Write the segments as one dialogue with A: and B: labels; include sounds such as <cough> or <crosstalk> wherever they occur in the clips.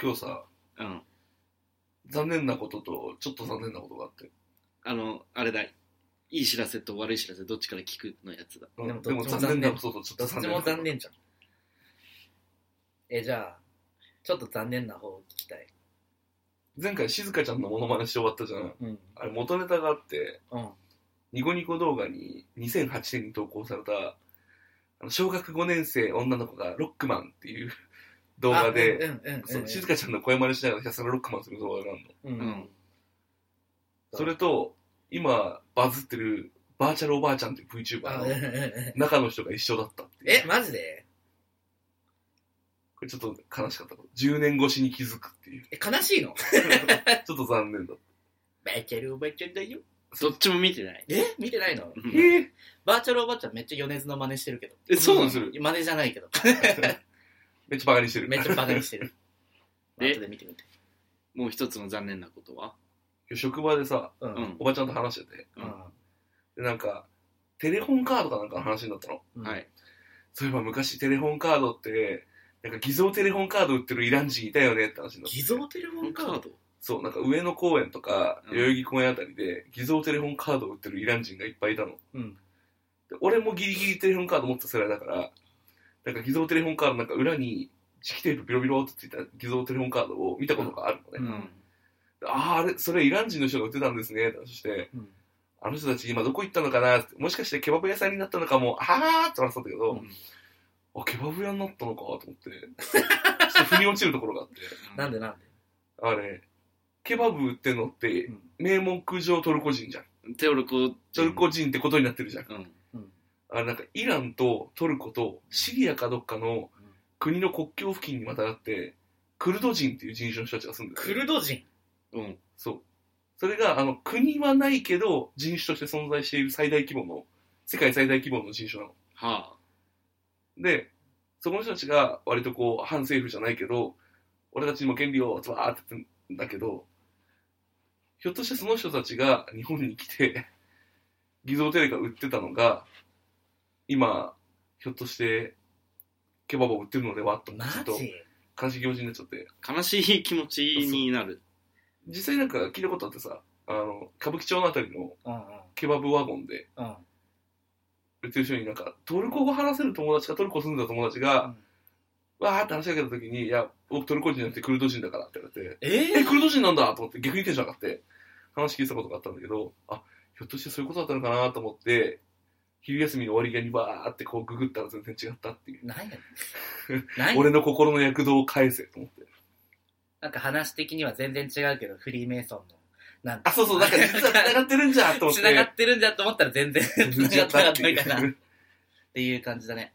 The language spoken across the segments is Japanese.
A: 今日さ、
B: うん。
A: 残念なことと、ちょっと残念なことがあって。
B: あの、あれだ。いい知らせと悪い知らせ、どっちから聞くのやつだ。
A: うん
C: でも
A: でも
C: どっちも
A: 残
C: 残
A: 念
C: 念
A: なことと、ちょっ
C: ど
A: と
C: っち
A: 残念な
C: も
A: こと
C: 残念じゃん。え、じゃあ、ちょっと残念な方を聞きたい。
A: 前回、静香ちゃんのモノマネして終わったじゃん。
C: うん。
A: あれ、元ネタがあって、
C: うん。
A: ニコニコ動画に2008年に投稿された、あの小学5年生女の子がロックマンっていう動画で、
C: あ、うんうんうんうん、
A: そう静香ちゃんの声真似しながらひたすらロックマンする動画があるの。
C: うん。
B: うん
A: それと、今、バズってる、バーチャルおばあちゃんっていう VTuber
C: あうんうん
A: の
C: うん
A: 中の人が一緒だったっていう
C: え、マジで
A: これちょっと悲しかったこと。10年越しに気づくっていう。
C: え、悲しいの
A: <laughs> ちょっと残念だっ
C: バーチャルおばちゃんだよ。
B: どっちも見てない。
C: え見てないの
A: た。えー、
C: バーチャルおばちゃんめっちゃ米津の真似してるけど。
B: えそうなの
A: する
C: 真似じゃないけど。
A: めっちゃバカにしてる。
C: めっちゃバ
A: <laughs>
C: カにしてる。
B: え
C: 後で見てみて。
B: もう一つの残念なことは
A: 職場でさ、
C: うん
B: うん。
A: おばちゃんと話してて、で、
B: う
A: なんか、テレホンカードかなんかの話になったの。
C: うん。。
B: はいい。
A: そういえば昔テレホンカードって、なんか偽造テレホンカード売ってるイラン人いたよねって話になって。
C: 偽造テレフォンカ
B: カ
C: ー
B: ー
C: ド
B: ド
A: そう、なんか上野公園とか、
B: うん
A: 代々木公園あたりで、偽造テレホンカードを売ってるイラン人がいっぱいいたの。
C: うん。
A: で俺もギリギリテレホンカード持ってた世代だから、なんか偽造テレホンカードなんか裏に、磁気テープビロビロってついた偽造テレホンカードを見たことがあるのね。
C: うん
A: ああ、あれ、それイラン人の人が売ってたんですね。そして、
C: うん
A: あの人たち今どこ行ったのかなってもしかしてケバブ屋さんになったのかも、あーって笑ってたんだけど、
B: うん
A: あ、ケバブ屋になったのかと思って、ちょっと腑に落ちるところがあって、
C: なんでなんで
A: あれ、ケバブ売ってんのって、
C: ん。
A: 名目上トルコ人じゃん。
B: トルコ人。
A: トルコ人ってことになってるじゃん。
B: うん。
C: うん。
A: あれ、なんかイランとトルコとシリアかどっかの
C: うん
A: 国の国境付近にまたがって、クルド人っていう人種の人たちが住んでる。
C: クルド人。
B: うん。
A: そう。それが、あの、国はないけど、人種として存在している最大規模の、世界最大規模の人種な
B: はあ。
A: の。で、そこの人たちが、割とこう、反政府じゃないけど、俺たちにも権利を、ズバーって言ってんだけど、ひょっとしてその人たちが日本に来て、偽造テレカ売ってたのが、今、ひょっとして、ケバブを売ってるのではと、
C: マ
A: ちょっと
C: ジ
A: 悲しい気持ちになっちゃって。
B: 悲しい気持ちになる。
A: 実際なんか聞いたことあってさ、あの、歌舞伎町のあたりの
C: うんうん。
A: ケバブワゴンで、
C: うん。
A: 言ってる人になんか、トルコ語話せる友達かトルコ住んでた友達が、わーって話しかけた時に、いや、僕トルコ人じゃなくてクルド人だからって言われて、
C: え
A: え、クルド人なんだと思って逆にテンション上がって、話聞いてたことがあったんだけど、あ、ひょっとしてそういうことだったのかなと思って、昼休みの終わり際にバーってこうググったら全然違ったっていう。
C: 何や
A: <laughs>
C: ねん何やねん
A: 俺の心の躍動を返せと思って。
C: なんか話的には全然違うけど、フリーメイソンの。なん
A: あ、そうそう、なんか実は繋がってるんじゃんと思っ
C: 繋が
A: て。
C: ってるんだと思ったら全然繋がってなかったかな。っていう感じだね。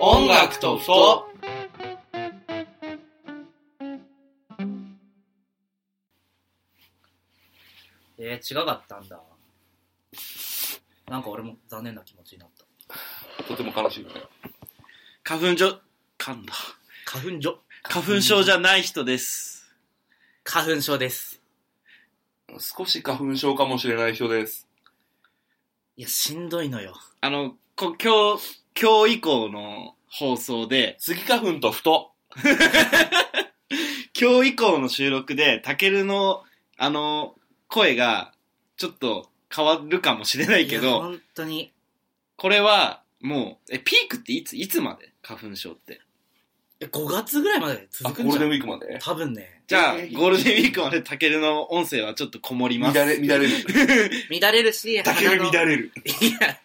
B: 音楽とフト
C: えー、違かったんだ。なんか俺も残念な気持ちになっ
A: <laughs>
C: た。
A: とても悲しいよね。
B: 花粉症、噛んだ。
C: 花粉症。
B: 花粉症じゃない人です。
C: 花粉症です。
A: 少し花粉症かもしれない人です。
C: いや、しんどいのよ。
B: あの、こ今日、今日以降の放送で、
A: スギ花粉と太。
B: 今日以降の収録で、たけるの、あの、声が、ちょっと変わるかもしれないけ
C: や
B: ど、
C: 本当に。
B: これは、もう、え、ピークっていつ、いつまで花粉症って。
C: え5月ぐらいまで
A: あ、ゴ
C: 続くん
A: ー
C: じ
A: ル
C: ゃ
A: デンウィ
C: ん
A: ークまで。
C: 多分ね。
B: じゃあ、
A: えー
B: ゴールデンウィークまでたけるの音声はちょっとこもりま
A: 乱
B: す。
A: れ、乱れる。
C: 乱れるし、
A: だけ
C: の
A: が乱れる。
C: いや、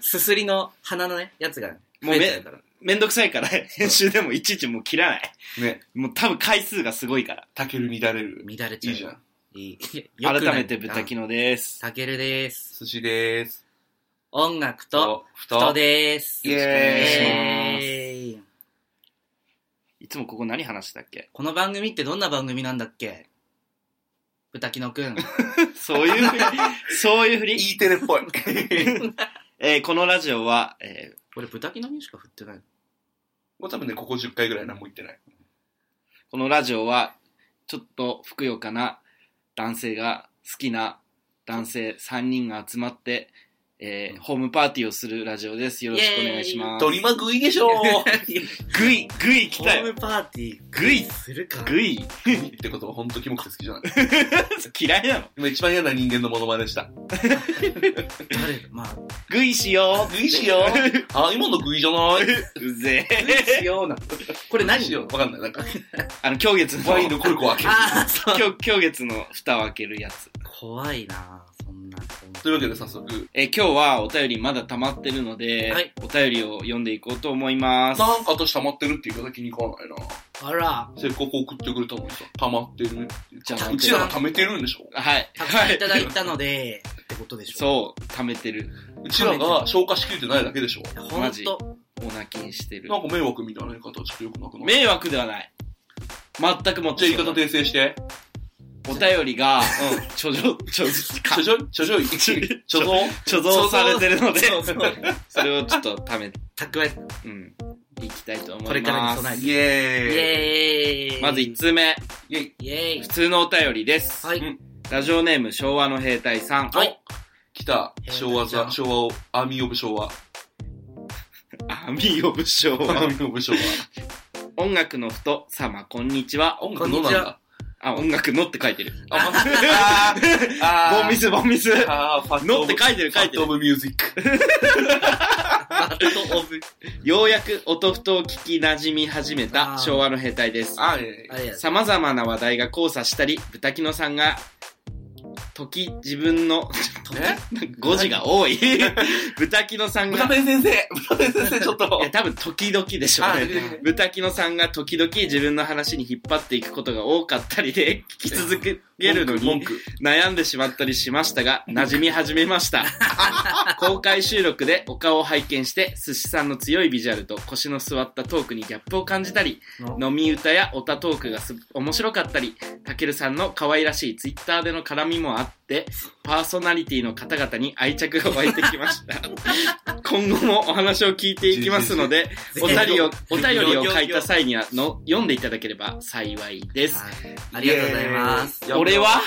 C: すすりの鼻のね、やつが増えちゃうから。
B: めんどくさいから、編集でもいちいちもう切らない。
A: ね。
B: もう多分回数がすごいから。
A: たける乱れる。
C: 乱れちゃ。
A: いういじゃん。
C: いい。いや
B: 改めて、ブタキ。
C: よくな
B: ノ
C: い
B: です。
C: たけるです。
A: 寿司でーす。
C: 音楽と、、
A: ふ
C: 人です。
A: イエーイ
C: イエーイ
B: いつもここ何話したっけ <laughs>
C: この番組ってどんな番組なんだっけブタキノくん。
B: そういうふり、そういうふり。
A: テレっぽい。
B: <laughs> えーこのラジオは、え
C: 俺、ブタキノにしか振ってないの。
A: もう多分ね、ここ10回ぐらい何も言ってない。
B: このラジオは、ちょっとふくよかな男性が好きな男性3人が集まって、えーホームパーティーをするラジオです。よろしくお願いします。
A: 取りまぐいでしょー
B: グイ、グイ来
C: ホ
B: た
C: ーム
B: よ。
C: パーティー
B: グイ、
C: するか。
B: グイ。
A: <laughs> ってことは本当キモくて好きじゃない。
B: 嫌いなの
A: 今一番嫌な人間のモノマネした。
C: 誰まあ、
B: グイしよ。
A: グイしよう。 <laughs> あ、今のグイじゃないう
B: うぜえ。
C: グイし
A: <laughs>
C: ような。これ何
A: しよう。わかんない。なんか、
B: あの、今月の、
A: ワインのコルクを開ける。
C: ああ、そう。
B: 今日、今月の蓋を開けるやつ。
C: 怖いなそんな。
A: というわけで早速、
B: えー今日はお便りまだ溜まってるので、
C: はい
B: お便りを読んでいこうと思います。
A: なんか私溜まってるって言い方気に食わないな。
C: あら、
A: せっかく送ってくれたのにさ、溜まってるって言って
B: じゃあ
A: うちらが溜めてるんでしょ
B: はい。
C: たくさんいただ
B: はい
C: たので、ってことでしょ。
B: そう、溜めてる。
A: うちらが消化しきれてないだけでしょ
C: いやほ
B: マ
C: ん
B: ジ
C: と、
B: お泣きにしてる
A: な。んか迷惑みたいな言い方はちょっとよくなくない
B: 迷惑ではない。全くもって
A: じゃあ言い方訂正して。
B: お便りが、うん、ちょ
C: <laughs>
B: ちょ、ちょ、か
A: ちょちょいちょちょいちょちょぞ
B: 貯蔵されてるので、
C: そうそう
B: <laughs> それをちょっとため、
C: 蓄え、
B: うん、いきたいと思います。
C: これからに備えて
A: イ
C: イ
A: エ
C: エーイ。
B: まず1通目、
A: ーイイェイ
C: イエーイ
B: 普。通のお便りです。
C: はい。
B: ラジオネーム昭和の兵隊さん。
C: はい。
A: 来た昭和座、昭和を、アーミーオブ昭和。
B: アミーオブ昭
A: アー
B: 和
C: <laughs>
A: ミ。ーオブ昭和。
B: 音楽のふと様、こんにちは。
A: 音楽どうなんだ
B: あ、音楽のって書いてる。
A: あ、まず、あー、あ
B: <laughs> ボンミス、ボンミス。
A: あー、ファット
B: の
A: オ
B: っ
A: ブ
B: て、書いてる、
A: フ
B: 書
A: ァ
B: い
A: ッ
B: て
A: トオ
B: る。
A: ブミュージック。
C: あとオブ。
B: ようやく音ふとを聞き馴染み始めた昭和の兵隊です。
A: あー、え
C: あれや。
B: 様々な話題が交差したり、ブタキノさんが、時自分の、 <laughs> 誤字が多い。ブタキノさん
A: え
B: が
A: ブタ、ペン先生ブタペン先生、ちょっと
B: いや。多分時々でしょう
A: あ
B: ね
A: 出。てくる
B: ブタキノさんが時々自分の話に引っ張っていくことが多かったりで、聞き続けるの
A: 文
B: に
A: 句。
B: 悩んでしまったりしましたが、馴染み始めま
C: <laughs>
B: した。公開収録でお顔を拝見して、寿司さんの強いビジュアルと腰の座ったトークにギャップを感じたり、
C: の
B: 飲み歌やオタトークがす面白かったり、たけるさんの可愛らしいツイッターでの絡みもあって、パーソナリティの方々に愛着が湧いてきま
C: <laughs>
B: した。今後もお話を聞いていきますので、お便りを、お便りを書いた際にはの読んでいただければ幸いです。
C: はいありがとうございます。
A: イエーイ
B: 俺は、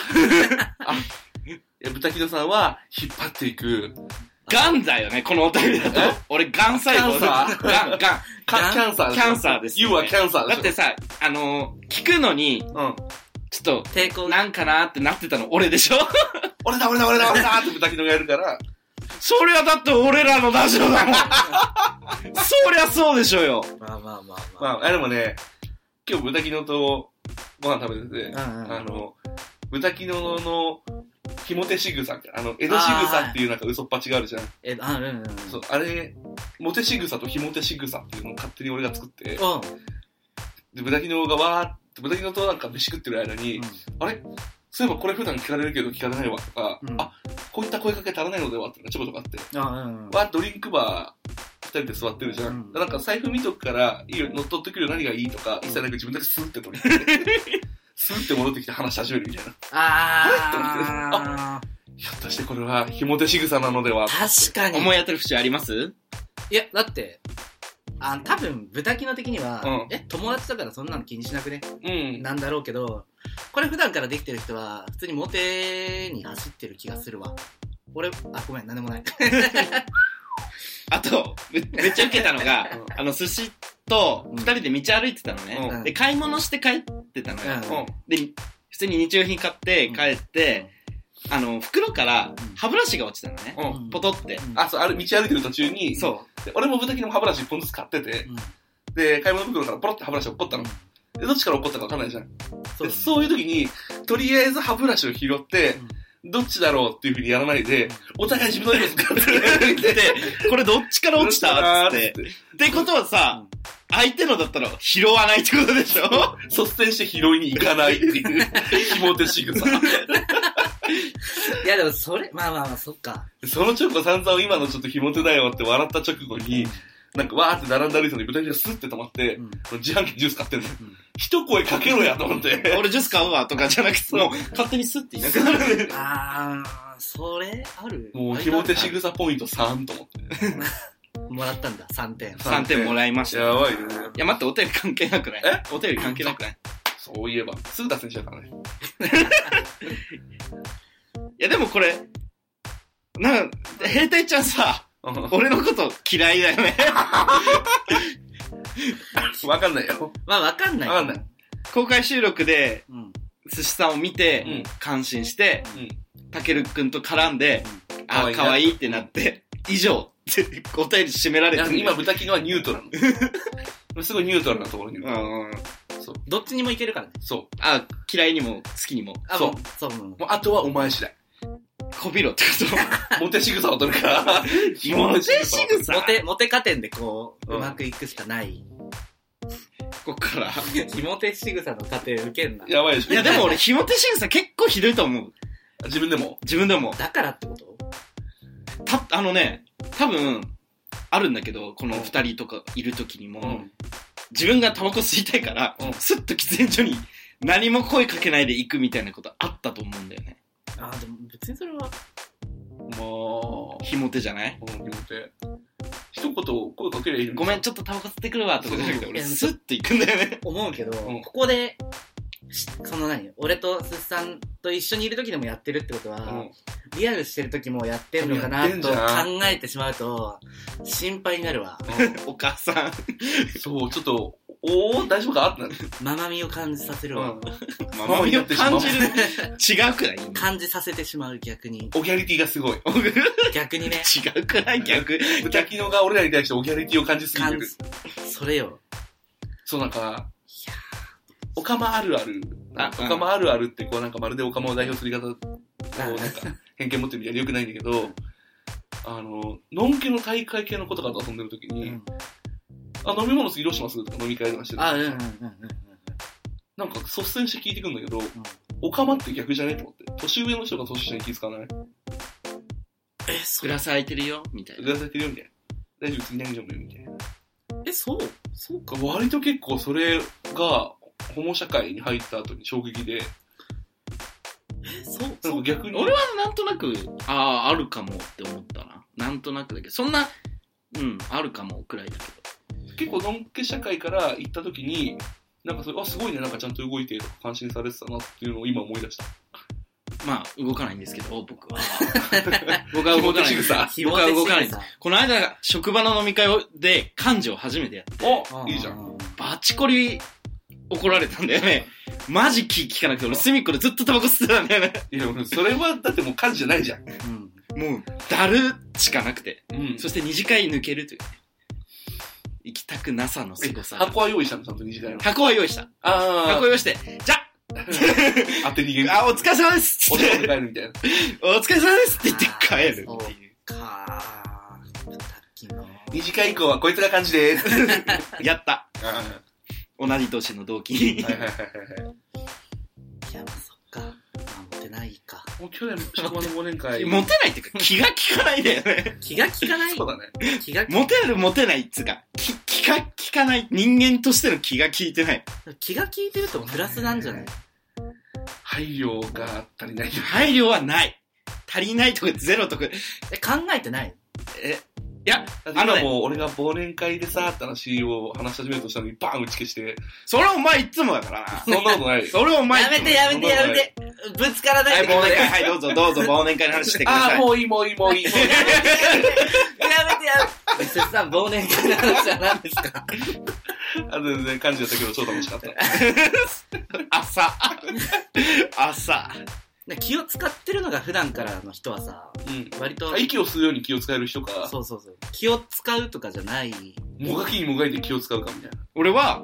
A: いやブタキノさんは、引っ張っていく。
B: ガンだよね、このお便りだと
A: え。
B: 俺、ガン細胞。
A: ガンサ
B: ガ
A: <laughs>
B: ン、ガン。
A: か
C: キ
A: キャンサーでしょ
B: キャンサーですよ
A: You
B: ね
A: are キャンサーで
B: だ
A: しょ
B: ってさ、あのー聞くのに、
A: うん。
B: ちょっ
C: 抵
B: と、
C: 抗
B: なんかなーってなってたの俺で
A: <laughs>
B: しょ
A: 俺だ俺だ俺だ俺だってブタキノがやるから、
B: そりゃだって俺らのラジオ
A: <laughs>
B: だもんそりゃそうでしょうよ
C: まあまあまあまあ。
A: まあ、あでもね、今日豚キノとご飯食べてて、
C: うんうん
A: あの、豚キノの、ひも手仕草みたいな、あの、江戸仕草っていうなんか嘘っぱちがあるじゃん。
C: え、あ、うんうんうん。
A: そう、あれ、モテ仕草とひも手仕草っていうのを勝手に俺が作って、
C: う
A: で、豚キノがわーって、豚キノとなんか飯食ってる間に、
C: ん。
A: そういえばこれ普段聞かれるけど聞かれないわとか、
C: うん
A: あ、こういった声かけ足らないのではってのがちょこちょこあって、
C: あ、うんうん。
A: わドリンクバー二人で座ってるじゃん、
C: うん
A: なんか財布見とくからいいよ乗っ取ってくるよ何がいいとか一切なく自分だけスーって取りに行ってスーって戻ってきて話し始めるみたいな
C: ああ。
A: ひょっとしてこれはひも手仕草なのでは
C: 確かに。
B: 思い当たる節あります
C: いや、だって、あ多分ブタキノ的には、
A: うん
C: え、友達だからそんなの気にしなくね、
A: うん
C: なんだろうけど、これ普段からできてる人は、普通にモテに走ってる気がするわ。俺、あ、ごめん、なんでもない。
B: あとめめっちゃ受けたのが
A: うん
B: あの寿司と
C: うん
B: 二人で道歩いてたのね、
C: うん
B: で買い物して帰ってたのよ、
A: うん
B: で普通に日用品買って帰って、あの袋から
C: うん
B: 歯ブラシが落ちたのね、
A: うん、
C: うん
B: ポトって、
A: あ、そう、ある、道歩いてる途中に、
B: そう
A: で俺も豚キノも歯ブラシ一本ずつ買ってて、
C: うん。
A: で、買い物袋からポロって歯ブラシ落っこったの。で、どっちから落っこったか分かんないじゃん。
C: そう
A: で、そういう時に、とりあえず歯ブラシを拾って、どっちだろうっていうふうにやらないで、お互い自分の色
B: <laughs>
A: 使って
B: でこれどっちから落ちた
A: <laughs>
B: っつって
A: て。
B: ってことはさ、相手のだったら拾わないってことでしょ <laughs>
A: 率先して拾いに行かないっていう、 <laughs> ひも手仕草。
C: いや、でもそれ、まあまあまあ、そっか。
A: その直後散々今のちょっとひも手だよって笑った直後に、なんかわーって並んだ歩いてるのに豚肉がスッて止まって、
C: うん
A: 自販機ジュース買ってんの
C: ん。
A: 一声かけろやと思 <laughs> って。
B: 俺ジュース買うわとかじゃなくて、もう勝手にスッていなくなる。
C: あー、それ、ある
A: もうひも手仕草ポイント3と思って。
C: もらったんだ、3点。
B: 3点もらいました。い
A: やばいね。
B: や、待って、お便り関係なくない
A: え
B: お便り関係なくない
A: そういえば、すぐ脱線しちゃったね。
B: いや、でもこれ、なんか、兵隊ちゃんさ、俺のこと嫌いだよね。
A: わかんないよ。
C: まあ、わかんない。
A: わかんない。
B: 公開収録で、
C: うん。
B: 寿司さんを見て、
A: うん
B: 感心して、たけるくんと絡んで、あー、
A: か
B: かわ
A: わいいない
B: いってなって、以上 <laughs> って、お便り締めら
A: い
B: れて
A: や
B: る。
A: 今、豚キノはニュートラ <laughs> ル。すごいニュートラルなところにいる
B: うんうん。
A: そう。
C: どっちにもいけるからね。
A: そ
B: あ、嫌いにも好きにも、
C: あ、
A: そう
C: もう。そう。もう
A: う。もうあとはお前 <laughs> 次第。
B: こびろってこ
A: モテ仕草を取るから。 <laughs>
B: と。もう、
A: 仕草
B: しぐさ
C: モテ、モテ加点でこう、
A: うん
C: うまくいくしかない。
A: <laughs>
B: こっから。
C: ひも手仕草の過程受けんな。
A: やばいでしょ。
B: いや、でも俺、ひも手しぐさ結構ひどいと思う。
A: 自分でも。
B: 自分でも。
C: だからってこと
B: た、あのね、多分、あるんだけど、この二人とかいる時にも、
A: うん
B: 自分がタバコ吸いたいから、
A: うん
B: すっと喫煙所に何も声かけないで行くみたいなことあったと思うんだよね。
C: あ、でも別にそれは、
A: もう、
B: ひも手じゃない
A: この気持ち。一言声かけりゃいいのに
B: ごめん、。ちょっとタバコ吸ってくるわ、とかじゃなくて、
C: そう
B: 俺スッと行くんだよね。
C: 思うけど、
A: ん
C: ここで、しその何俺とすしさんと一緒にいる時でもやってるってことは、
A: うん
C: リアルしてる時もやってんのか
A: や
C: な
A: ってんじ
C: と
A: ゃ
C: 考
A: ん
C: えてしまうと、心配になるわ。
B: お母さん。
A: そう、ちょっと、おー、大丈夫かってなる。
C: ママみを感じさせるわ。
B: ママ身を感じる。違うくらい
C: 感じさせてしまう逆
A: <laughs>
C: に。
A: オギャリティがすごい。
C: 逆にね。
B: 違うくらい逆。
A: 豚キノが俺らに対してオギャリティを感じすぎて
C: 感
A: る
C: じ。。それよ。
A: そうなんか
C: いや、
A: オカマあるある。あ、
B: うん
A: オカマあるあるって、こうなんかまるでオカマを代表する言い方、こうなんか偏見持ってるみたいでよくないんだけど、あの、のんけの大会系のことかと遊んでるとき
C: う
A: に、
C: ん。
A: あ、飲み物次どうしますとか飲み会とかしてる。
C: あ、うんうんうんうん
A: なんか率先して聞いてくんだけど、
C: うん。
A: オカマって逆じゃねと思って。年上の人が年下に気づかない。
C: え、そ
B: グ、ラス空いてるよ、みたい
A: ぐ
B: な。
A: らされてるよみたいな。大丈夫、次大丈夫よみたいな。
C: え、そうそうか。
A: 割と結構それが、ホモ社会に入った後に衝撃で、
C: え、そ
A: な
C: うそ
A: んか
C: う
A: 逆に、
B: 俺はなんとなく、ああ、あるかもって思ったな。なんとなくだけど、そんな、うん、あるかもくらいだけど。
A: 結構のんけ社会から行った時になんかそれあすごいねなんかちゃんと動いてとか感心されてたなっていうのを今思い出した
B: まあ、動かないんですけど、僕は。 <laughs> 僕は動かないんです。
C: ひ
B: 僕
C: も
B: は
C: 手仕草
B: 動かないんです。この間、職場の飲み会をで、幹事を初めてやって、
A: おいいじゃん。
B: バチコリ怒られたんだよね。マジ気聞かなくて、俺隅っこでずっとタバコ吸ってたんだよね。
A: いや俺それはだってもう感じじゃないじゃん
C: うん。
B: もう、だるしかなくて。
A: うん
B: そして二次会抜けるというね。行きたくなさのすごさ。
A: 箱は用意したのちゃんと二次会の
B: 箱は用意した。
A: あ
B: 箱用意して、じゃ
A: あ当て逃げみたい
B: あ、お疲れ様です
A: お茶で帰るみたいな
B: お疲れ様ですって言って帰る
C: あー
B: っていう。
C: かー。さっきの。
A: 二次会以降はこいつが感じでーす
B: やった。
A: あ
B: 同じ年の同期
A: ー
B: に
A: はい。はいはいはい
C: いや、まあそっか。まあ、モテないか。
A: もう去年職場の忘年会
B: モテないっていうか、気が利かないんだよね。
C: 気が利かない
A: そうだね
C: 気が、
B: モテるモテないっつうか、気、気が利かない。人間としての気が利いてない。
C: 気が利いてるとプラスなんじゃない
A: 配慮が足りないよ
B: 配慮はない。足りないとかゼロとか。
C: え、考えてない
B: え、いや、
A: だって
B: あの
A: 今
B: ね、
A: もう俺が忘年会でさーって話を話し始めるとしたのにバーン打ち消 <laughs> して
B: それはお前いつもだからな。
A: そんなことない <laughs> です
B: それはお前い
C: や
B: つも
C: めてやめてやめてぶつからな
B: はいい、
C: で
B: 忘
C: くださ
B: 年
C: い
B: 会。
C: や
B: はい、どうぞどうぞ忘年会の話してくだ
A: あ
B: さ
A: <laughs> あ
B: い。
A: もういいもういいもういいもういい
C: めてやめてすしさん、忘年会の話は何ですか
A: あ全然感じだったけど超楽しかった。
B: <laughs> 朝。朝。
C: ね気を使ってるのが普段からの人はさ、
A: うん。
C: 割と、
A: 息を吸うように気を使える人か、
C: そうそうそう。気を使うとかじゃない。
A: もがきにもがいて気を使うかみたいな。
B: 俺は、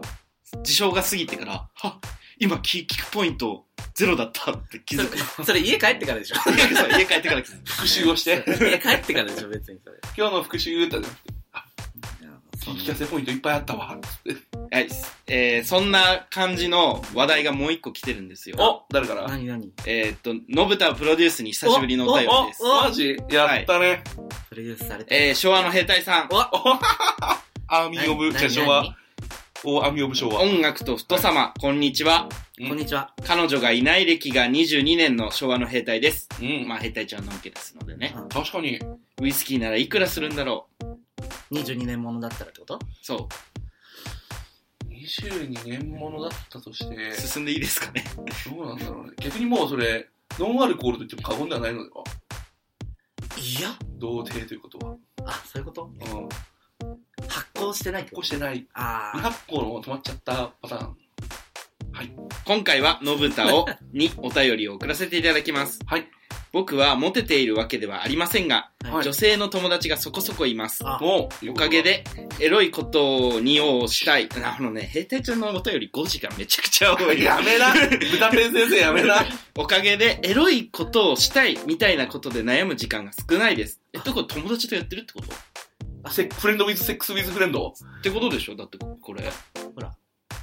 B: 事象が過ぎてから、は今キキックポイントゼロだったって気づ
C: <laughs>
B: く。
C: それ家帰ってからでしょ <laughs>
B: そう家帰ってから気づく。
A: 復習をして、
C: 家帰ってからでしょ、別にそれ。
A: 今日の復習歌じゃなくて、
C: いやそ
A: 聞
C: ん
A: き
C: な
A: 聞かせポイントいっぱいあったわ。つって
B: はい、えー、そんな感じの話題がもう一個来てるんですよ。
A: お誰から
C: 何何
B: えーっと、のぶたプロデュースに久しぶりのお便りです。
C: お
A: マジやったね。
C: プロデュースされて。
B: えー、昭和の兵隊さん、
A: アーミーオブ、じゃあ
C: 何
A: 昭和、おアーミーオブ昭和。
B: 音楽と太さま、こんにちは。
C: 何こんにちは。
B: 彼女がいない歴が22年の昭和の兵隊です。
A: うん。
B: まあ、兵隊ちゃんのんけですのでね。
A: 確かに。
B: ウイスキーならいくらするんだろう。
C: 22年ものだったらってこと
B: そ
A: 22年ものだったとして、
B: う。進んでいいですかね。
A: どうなんだろうね。逆にもうそれ、ノンアルコールと言っても過言ではないのでは。
C: いや
A: 童貞ということは。
C: あ、そういうこと
A: うん。
C: 発行してないって
A: こ
C: こ
A: う
C: と
A: してない。
C: あ
A: 未
C: あ。
A: 発行のまま止まっちゃったパターン。
B: 今回は、のぶたを、にお便りを送らせていただきます。
A: はい。
B: 僕はモテているわけではありませんが、
A: はい
B: 女性の友達がそこそこいます。
C: あ
A: もう、
B: おかげ。で、エロいことにをしたい。あのね、兵隊ちゃんのお便り5時がめちゃくちゃ多い。
A: やめ
B: <laughs>
A: な豚ペン先生やめな
B: おかげで、エロいことをしたいみたいなことで悩む時間が少ないです。え、だから友達とやってるってこと
A: セックフレンドウィズセックスウィズフレンド
B: ってことでしょだってこれ。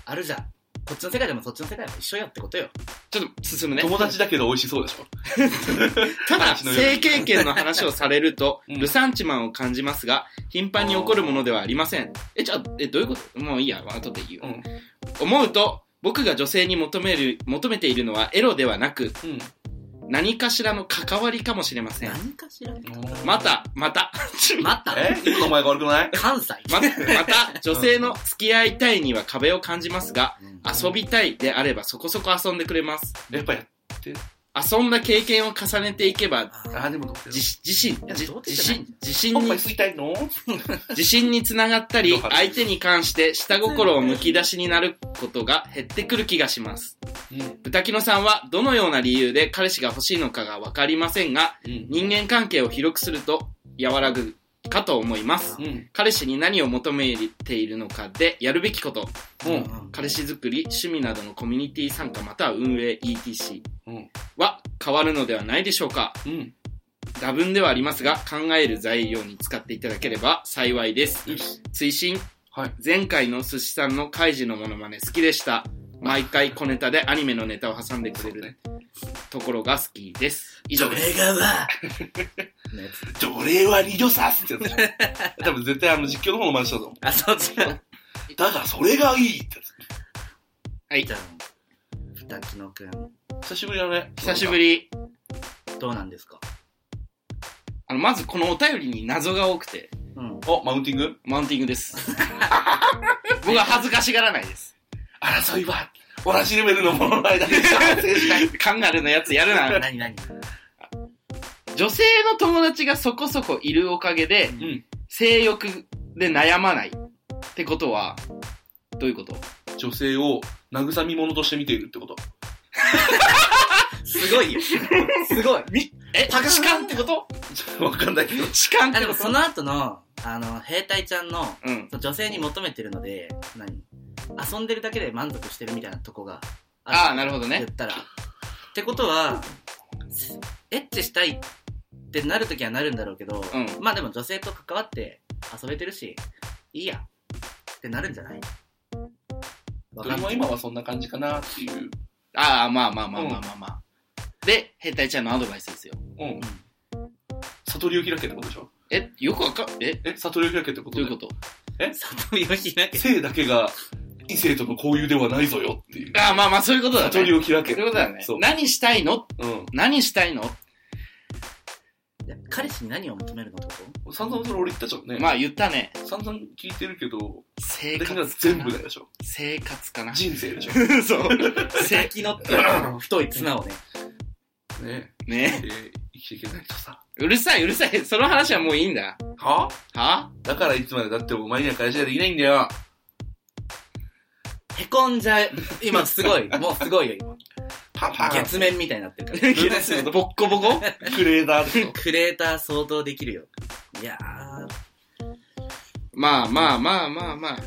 C: あるじゃん。こっちの世界でもそっちの世界でも一緒やってことよ。
B: ちょっと進むね。
A: 友達だけど美味しそうでしょ
B: ただ、
A: 私のように
B: 性経験の話をされると、
A: <laughs> うん
B: ルサンチマンを感じますが、頻繁に起こるものではありません。え、じゃあ、え、どういうこともういいや、後で言う。
A: うん
B: 思うと、僕が女性に求める、求めているのはエロではなく、
A: うん。
B: 何かしらの関わりかもしれません。
C: 何かしら
B: また、
A: <laughs>
B: また、
C: また
A: え一個前が悪くない
C: 関西。
B: <laughs> また、また、女性の付き合いたいには壁を感じますが、
C: うん
B: 遊びたいであればそこそこ遊んでくれます。
A: やっぱり、
B: 遊んだ経験を重ねていけば、
A: あ
C: あ
A: ーでもどうだよ
B: 自自身、
C: や
B: 自
C: どうで
B: 自
C: もないん
B: 信
C: じ、
B: 自信
A: おっぱい
B: に、
A: 吸いたいの
B: 自信につながった
A: ど
B: り、
A: うか
B: 相手に関して下心をむき出しになることが減ってくる気がします。
A: うん。
B: ブタキノさんはどのような理由で彼氏が欲しいのかがわかりませんが、
A: うん。
B: 人間関係を広くすると和らぐかと思います。
A: うん。
B: 彼氏に何を求めているのかでやるべきこと、
A: う
C: うん
A: ん。
B: 彼氏作り、趣味などのコミュニティ参加または運営 ETC
A: うん
B: は変わるのではないでしょうか
A: うん。
B: 多分ではありますが、考える材料に使っていただければ幸いです。
A: よし。
B: 推進。
A: はい
B: 前回の寿司さんのカイジのモノマネ好きでした。毎回小ネタでアニメのネタを挟んでくれるところが好きです。以上です。
C: それがはね
A: 奴隷は二度刺す
B: <laughs>
A: ってやつ。多分絶対あの実況の方の真似したぞ。
C: あ、そう違う。
A: だがそれがいいってや
B: はい
C: じ。ゃあ、ふたきのくん、
A: つ。久しぶりだね。
B: 久しぶ。り。
C: どうなんですか
B: あの、まずこのお便りに謎が多くて、
C: うん。
A: お、マウンティング
B: マウンティングです。僕は恥ずかしがらないです。
A: 争いは、同じレベルのものの間で完成
B: <laughs>
A: しない。
B: カンガルーのやつやるな。
C: 何何
B: 女性の友達がそこそこいるおかげで、
A: うん。
B: 性欲で悩まないってことは、どういうこと
A: 女性を慰み者として見ているってこと。 <laughs>
C: すごい <laughs> よ。すごい。
B: え
C: パカーン
B: 痴漢ってこと
A: ちょっとわかんないけど。
B: 痴漢っ
C: あ、
B: て
C: で
B: こ
C: も
B: と
C: その後の、あの、兵隊ちゃんの、
B: うん。
C: その女性に求めてるので、何遊んでるだけで満足してるみたいなとこが
B: ああ、なるほど
C: 言
B: ね
C: っ。たら。ってことは、エッチしたいってなるときはなるんだろうけど、
B: うん
C: まあでも女性と関わって遊べてるし、いいやってなるんじゃない
A: ど
C: わか
A: れ
C: んな
A: も
C: い。
A: 今はそんな感じかなっていう。
B: ああ、まあまあまあまあまあまあ。で、兵隊ちゃんのアドバイスですよ。
A: うん。悟りを開けってことでしょ
B: え、よくわか、え
A: え、悟りを開けってこと
B: どういうことと
C: 里見を開け
A: 性だけが異性との交友ではないぞよっていう。
B: ああ、まあまあ、そういうことだね。そ
A: 悟
B: う
A: り
B: いう
A: を開け。
B: ことだね
A: そう。。
B: 何したいの
A: うん。
B: 何したいの
C: いや <laughs> 彼氏に何を求めるのってこ
A: 散々それ俺言ったじゃんね。
B: まあ言ったね。
A: 散々聞いてるけど、
B: 生
A: 私
B: 活
A: は全部だでしょ。
B: 生活かな。 <laughs>
A: 人生でしょ。
B: そう。
C: と
B: せ
C: 先の <laughs> 太い綱をね。
A: <laughs> ねえ
B: ね。
A: ー生きていけないとさ。
B: うるさい、うるさい。その話はもういいんだ。
A: は
B: は
A: だからいつまでだってもお前には会社ができないんだよ。
C: へこんじゃう。今すごい。もうすごい <laughs> よ、今。
A: パンパン。
C: 月面みたいになってる <laughs> か
B: ボッコボコ
A: <laughs> クレーターでしょ
C: ら。。クレーター相当できるよ。いやー、
B: まあまあまあまあまあ。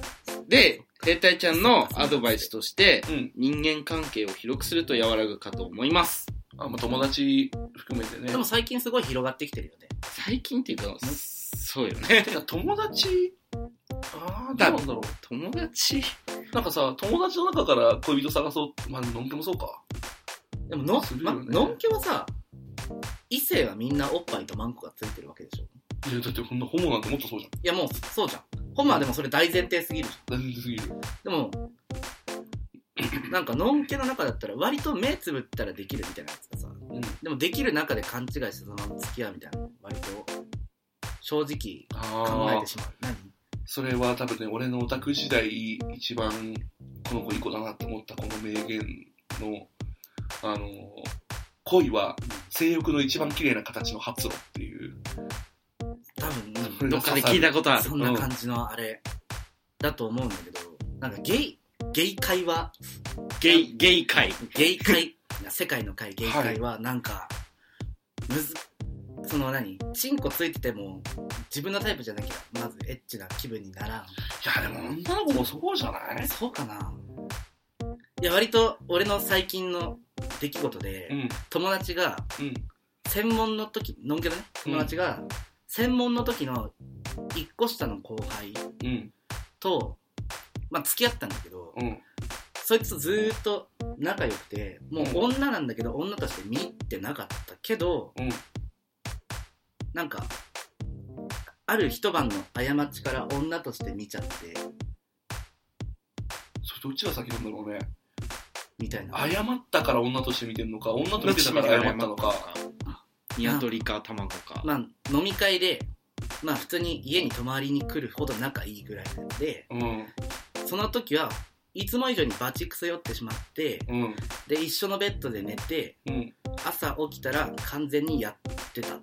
B: で、兵隊ちゃんのアドバイスとして、
A: うん。
B: 人間関係を広くすると和らぐかと思います。
A: あ、まあ、友達含めて <laughs> ね。
C: でも最近すごい広がってきてるよね。
B: 最近っていうか、そうよ
A: て
B: ね。
A: か友達、ああ、どうなんだろ
B: 友達
A: う。なんかさ、友達の中から恋人探そう。まあ、のんけもそうか。
C: でもの、
A: する
C: ま、
A: よね
C: のんけはさ、異性はみんなおっぱいとマンコがついてるわけでしょ。
A: いや、だってこんなホモなんてもっとそうじ
C: いやもう、そうじゃん。ホンマはでもそれ大前提すぎるじ
A: ゃん。大変すぎる。
C: ゃん。でも、なんか、のんけの中だったら、割と目つぶったらできるみたいなやつがさ、
A: うん
C: でもできる中で勘違いしてそのまま付き合うみたいな、割と、正直考え
A: あ
C: てしまう。何
A: それは多分ね、俺のオタク時代、一番この子いい子だなって思ったこの名言の、あの、恋は性欲の一番綺麗な形の発露っていう。
C: 多分、
A: そ <laughs> れ
B: ど
A: が
B: っかで聞いたことある
C: そんな感じのあれだと思うんだけど、なんかゲイ、ゲイ会は、
B: ゲイゲイ界
C: ゲイ会、世界の会、ゲイ会はなんか、むず、その何、チンコついてても、自分のタイプじゃなきゃ、まずエッチな気分になら
A: い
C: ん。
A: や、でも女の子もそうじゃない
C: そうかな。いや、割と俺の最近の出来事で、
A: うん、
C: 友達が、
A: うん。
C: 専門の時、のんけどね、友達が、専門の時の一個下の後輩
A: うん、
C: と、まあ、付き合ったんだけど、
A: うん、
C: そいつとずーっと仲良くて、もう女なんだけど、女として見入ってなかったけど、
A: うん、
C: なんか、ある一晩の過ちから女として見ちゃって、
A: それどっちが先なんだろうね。
C: みたいな。
A: 謝ったから女として見てるのか、女と見てたから謝ったのか。
B: ニワトリか卵か
C: まあ、飲み会で、まあ、普通に家に泊まりに来るほど仲いいぐらいなんで、
A: うん、
C: その時は、いつも以上にバチクソ酔ってしまって、
A: うん、
C: で、一緒のベッドで寝て、
A: うん。
C: 朝起きたら完全にやってたっ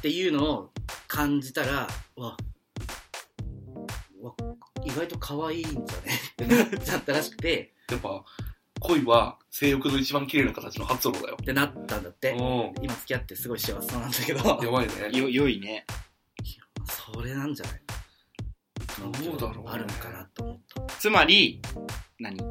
C: ていうのを感じたらうわうわ意外と可愛いんじゃねってなっちゃったらしくて
A: やっぱ、恋は性欲の一番綺麗な形の発露だよ。
C: ってなったんだって
A: う
C: 今付き合ってすごい幸せそうなんだけど
A: ん。やばいね。
B: よ良いね
C: それなんじゃない
A: どうだろうね
C: あるのかなと思っ
B: つまり何
C: たい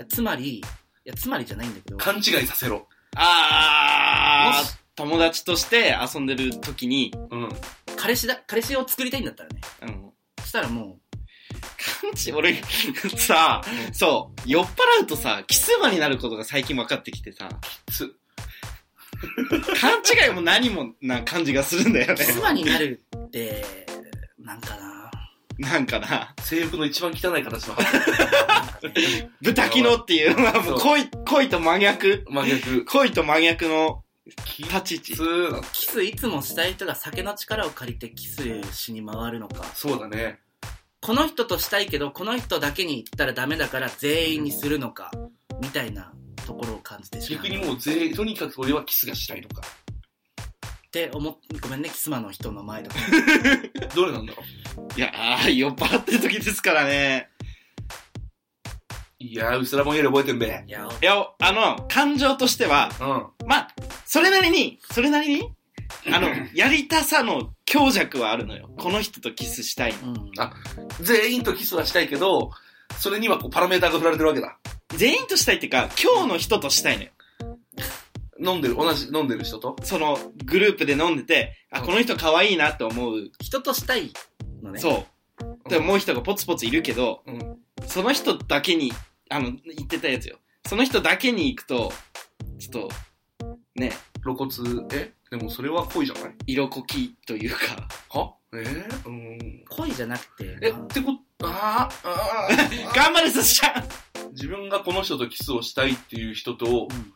C: やつまりいやつまりじゃないんだけど
A: 勘違いさせろ。
B: あ
C: もし
B: ー友達として遊んでる時に、
A: うん。
C: 彼氏だ彼氏を作りたいんだったらね
B: うん、
C: したらも
B: 勘違い <laughs> 俺さそう酔っ払うとさキスマになることが最近分かってきてさ
A: つ、
B: 勘違いも何もな感じがするんだ
A: <laughs>
B: よ
C: う
B: ね
C: 妻になるってなんかな
B: なんかな
A: 性欲の一番汚い形の発露。
C: なんかね
B: 豚キノっていうのはもう恋恋と真逆
A: 真逆。
B: 恋と真逆の
A: き
B: 立ち位置
A: つ、
C: キスいつもしたい人が酒の力を借りてキスしに回るのか
A: そうだね。
C: この人としたいけど、この人だけに行ったらダメだから全員にするのか、みたいなところを感じてしまう。
A: 逆にもう全員、とにかく俺はキスがしたいのか。
C: って思っ、ごめんね、キスマの人の前とか。
A: どれなんだろう。
B: いやー酔っ払ってる時ですからね
A: いやー、うすらぼんやり <laughs> 覚えてんべ。
C: いや、
B: いやあの感情としては
A: うん。
B: まあそれなりにそれなりにあ <laughs> のやりたさの強弱はあるのよこの人とキスしたいの
C: うん。
A: あ全員とキスはしたいけど、それにはこうパラメーターが振られてるわけだ。
B: 全員としたいっていうか、今日の人としたいのよ。
A: 飲んでる、同じ飲んでる人と。
B: その、グループで飲んでて、あ、
A: うん
B: この人可愛いなって思う。
C: 人としたいのね。う。
B: そう。でももう一人がポツポツいるけど、
A: うん。
B: その人だけに、あの、言ってたやつよ。その人だけに行くと、ちょっと、ね、
A: 露骨、えでもそれは恋じゃない
B: 色こきというか、
A: はえー、うーん。
C: 恋じゃなくて、
A: え、
C: あの
A: ってこ、あーあ
B: <laughs>
A: ーあ
B: 頑張れ、すしちゃん
A: ー自分がこの人とキスをしたいっていう人と
C: う、ん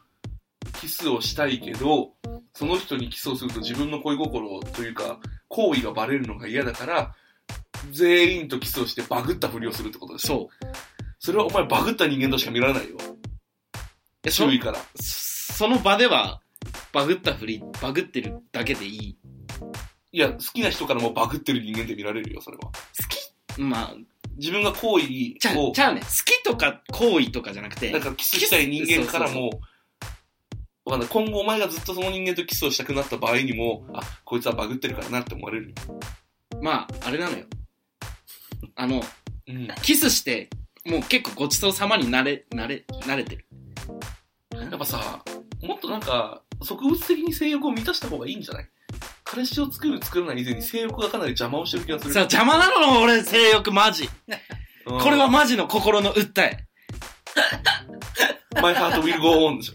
A: キスをしたいけど、その人にキスをすると自分の恋心というか、行為がバレるのが嫌だから、全員とキスをしてバグったふりをするってことです。
B: そう
A: それはお前バグった人間としか見られないよ。
B: えそ
A: 注。意から。
B: その場では、バグったふり、バグってるだけでいい。
A: いや、好きな人からもバグってる人間って見られるよ、それは。
B: まあ、
A: 自分が行為
B: ちゃ
A: を
B: う、ち、ゃうね。好きとか行為とかじゃなくて
A: なん、かキスしたい人間からも、わかんない。今後お前がずっとその人間とキスをしたくなった場合にも、あ、こいつはバグってるからなって思われるよ。
B: まあ、あれなのよ。あの、
A: うん。
B: キスして、もう結構ごちそうさまになれ、なれ、慣れてる。
A: やっぱさ、もっとなんか、植物的に性欲を満たした方がいいんじゃない彼氏を作る作らない以前に性欲がかなり邪魔をしてる気がする。
B: さあ、邪魔なの俺、性欲マジ。
A: うん
B: これは、マジの心の訴え。
A: マイハートウィルゴーオンでしょ。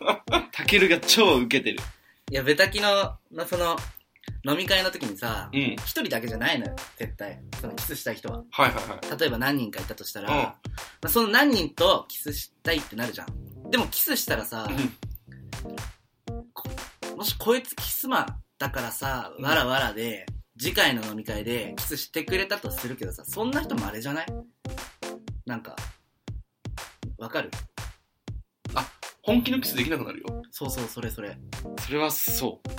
A: <laughs>
B: タケルが超受けてる。
C: いや、ベタキの、のその、飲み会の時にさ、
A: うん。
C: 一人だけじゃないのよ、絶対。そのキスしたい人は。
A: はいはいはい。
C: 例えば何人かいたとしたら、
A: うん
C: まあ、その何人とキスしたいってなるじゃん。でもキスしたらさ、もしこいつキスマだからさ、
A: うん
C: わらわらで、次回の飲み会でキスしてくれたとするけどさ、そんな人もあれじゃないなんか、わかる
A: 本気のキスできなくなるよ。
C: そうそう、それそれ。
B: それはそう。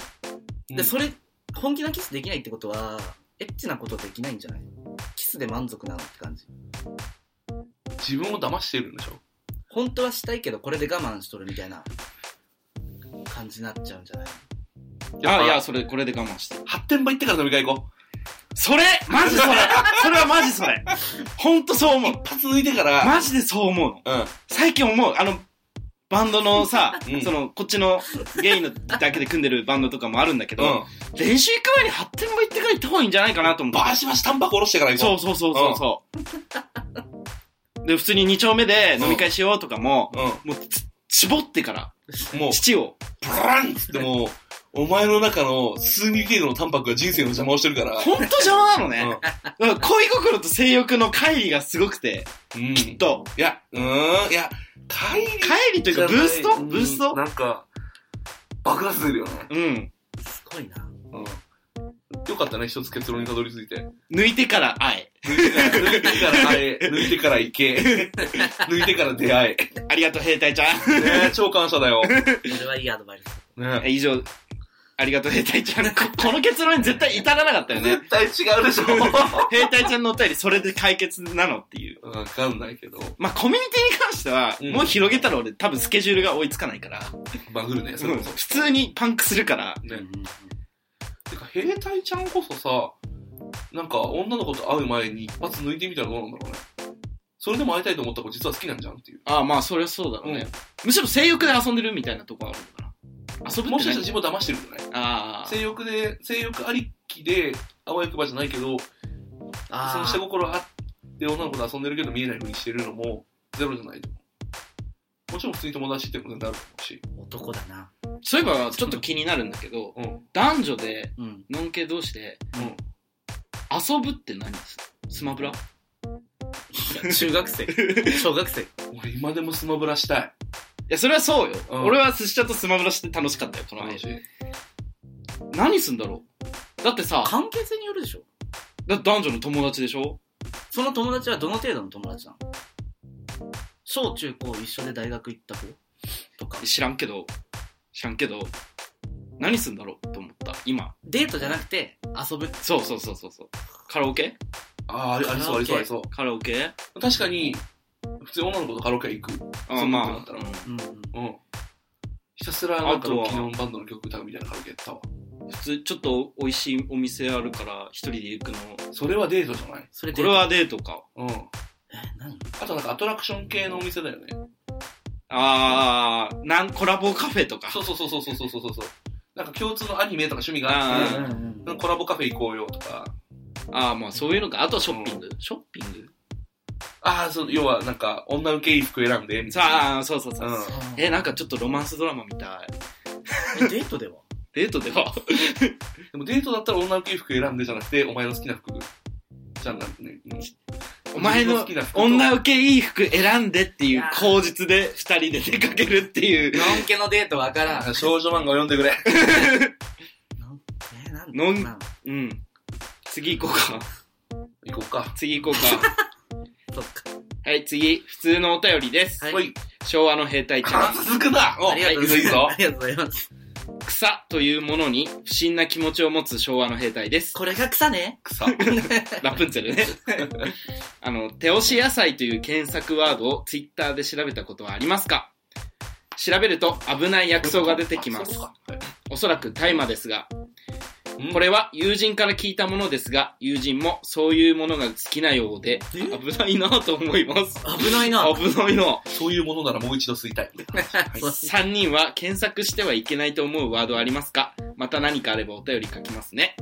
A: うん
C: で、それ、本気なキスできないってことは、エッチなことできないんじゃないキスで満足なのって感じ。
A: 自分を騙してるんでしょ
C: 本当はしたいけど、これで我慢しとるみたいな感じになっちゃうんじゃない
A: っぱ
B: あ、いや、それ、これで我慢して。
A: 発展場行ってから飲み会行こう。
B: それマジそ
A: <laughs>
B: れそれはマジそれほんとそう思う。
A: 一発抜いてから、
B: マジでそう思うの。
A: うん。
B: 最近思う。あの、バンドのさ、
A: うん
B: その、こっちのゲイのだけで組んでるバンドとかもあるんだけど、
A: うん。
B: 練習行く前に発展場行ってから行った方がいいんじゃないかなと思って
A: バ。ーシバシタンパク下ろしてから
B: そ
A: 行こ
B: うそうそうそうそう。で、普通に2丁目で飲み会しようとかも、
A: う。う
B: もうつ、絞ってから、
A: ん。もう、
B: 父を。
A: ブランっつってもう、お前の中の数ミリ程度のタンパクが人生の邪魔をしてるから。
B: ほんと邪魔なのね。
A: う
B: だから恋心と性欲の乖離がすごくて、
A: ん。うん。
B: きっと。
A: いや、うーん、いや、帰り
B: 乖離というか、ブーストブースト
A: なんか、爆発するよね。
B: うん。
C: すごいな。
A: うん。よかったね、一つ結論にたどり着いて。
B: 抜いてから愛。
A: 抜いてから会え、 <laughs> 抜いてから行け、 <laughs> 抜いてから出会
B: ありがとう、兵隊ちゃ
A: え。ね超感謝だよ。
C: それはいいアドバイス。
A: ね
B: <laughs> ん。以上、ありがとう、兵隊ちゃん。ここの結論に絶対至らなかったよ <laughs> ね。
A: 絶対違うでしょ。
B: 兵隊ちゃんのお便り、それで解決なのってい
A: <laughs>
B: う。
A: わかんないけど、
B: まあ、コミュニティに関しては、
A: うん
B: もう広げたら俺、多分スケジュールが追いつかないから。
A: バグるね、それ
B: 普
A: こそ。
B: 通にパンクするから。
A: ね
C: うんうんうん
A: てか、兵隊ちゃんこそさ、なんか女の子と会う前に一発抜いてみたらどうなんだろうね。それでも会いたいと思った子実は好きなんじゃんっていう。
B: ああ、まあ、そりゃそうだろうね。むしろ性欲で遊んでるみたいなとこあるのかな。遊ぶ
A: も
B: っ
A: してかした
B: な
A: ら
B: い
A: 自分を騙してるんじゃない
B: ああ。
A: 性欲で、性欲ありきで、あわよくばじゃないけど、その
C: あ
A: 下
C: ー
A: 心あって女の子と遊んでるけど見えないふうにしてるのもゼロじゃないと思う。もちろん普通に友達ってことになると思うし。
C: 男だな。
B: そういえば、ちょっと気になるんだけど、
A: うん。
B: 男女で、
C: うん。
B: ノン系同士で、
A: うん。
B: 遊ぶって何ですスマブラ
C: いや中学 <laughs> 生。小学生。
A: 俺今でもスマブラしたい。
B: いや、それはそうよ。
A: うん
B: 俺は寿司茶とスマブラして楽しかったよ、この
A: 楽
B: 話
A: し。い。
B: 何すんだろうだってさ、
C: 関係性によるでしょ
B: だって男女の友達でしょ
C: その友達はどの程度の友達なの小中高一緒で大学行った子とか。
B: 知らんけど、知らんけど、何すんだろうと思った、今。
C: デートじゃなくて遊ぶ。
B: そうそうそうそうそう。カラオケ
A: ああ、ありありそう、ありそう、ありそ
B: カラオケ
A: う。確かに、普通に女の子とカラオケ行く。
B: あ
A: そ
B: あ
A: う
B: まあ
A: だったら
C: うんうん。
A: うん。ひたすらなんか
B: あと
A: ロ
B: は
A: ッキーのバンドの曲歌うみたいなカラオケやったわ。
B: うん普通、ちょっと美味しいお店あるから、一人で行くの。
A: それはデートじゃない
C: それ
B: こ
C: デー
B: れ
C: ト。
B: はデートか。
A: うん。
C: え、何
A: あとなんかアトラクション系のお店だよね。
B: あー、なん、コラボカフェとか。
A: そうそうそうそうそうそうそうそう。なんか共通のアニメとか趣味があって
B: う、ん
C: うん
A: コラボカフェ行こうよとか、
B: あー、まあそういうのか。あとはショッピング。ショッピング
A: ああ、そう、要はなんか女受け衣服選んで、みたいな。
B: さあ、そうそうそう。
A: うん
B: え、なんかちょっとロマンスドラマみたい。
C: えデートでは
B: デートでは
A: でもデートだったら女受け衣服選んでじゃなくて、お前の好きな服。じゃんなんね。うん
B: お前
A: 自
B: の
A: 分好きな服と
B: 女受けいい服選んでっていう口実で二人で出かけるっていう。
C: のんけのデートわからん。
A: あ少女漫画を読んでくれ。
C: え、なん
B: のん
C: なん
B: うん。次行こうか。
A: 行こうか。
B: 次行こう <laughs> か。
C: そっか。
B: はい、次、普通のお便りです。
C: はい
A: ほい。
B: 昭和の兵隊ちゃん。
A: 続くなお
C: ありがとうござ
A: はいいい
C: います
A: ぞ。
C: <laughs> ありがとうございます。
B: 草というものに不審な気持ちを持つ昭和の兵隊です。
C: これが草ね。
A: 草。
B: ラプンツェル <laughs> ね。あの、手押し野菜という検索ワードをツイッターで調べたことはありますか調べると危ない薬草が出てきま
A: あ
B: す
A: そう。かはい
B: おそらく大麻ですが、
A: うん
B: これは友人から聞いたものですが、友人もそういうものが好きなようで、
C: え
B: 危ないなぁと思います。
C: 危ないな。
B: 危ないなぁ
A: そういうものならもう一度吸いたい。
C: そう
B: 3人は検索してはいけないと思うワードはありますかまた何かあればお便り書きますね。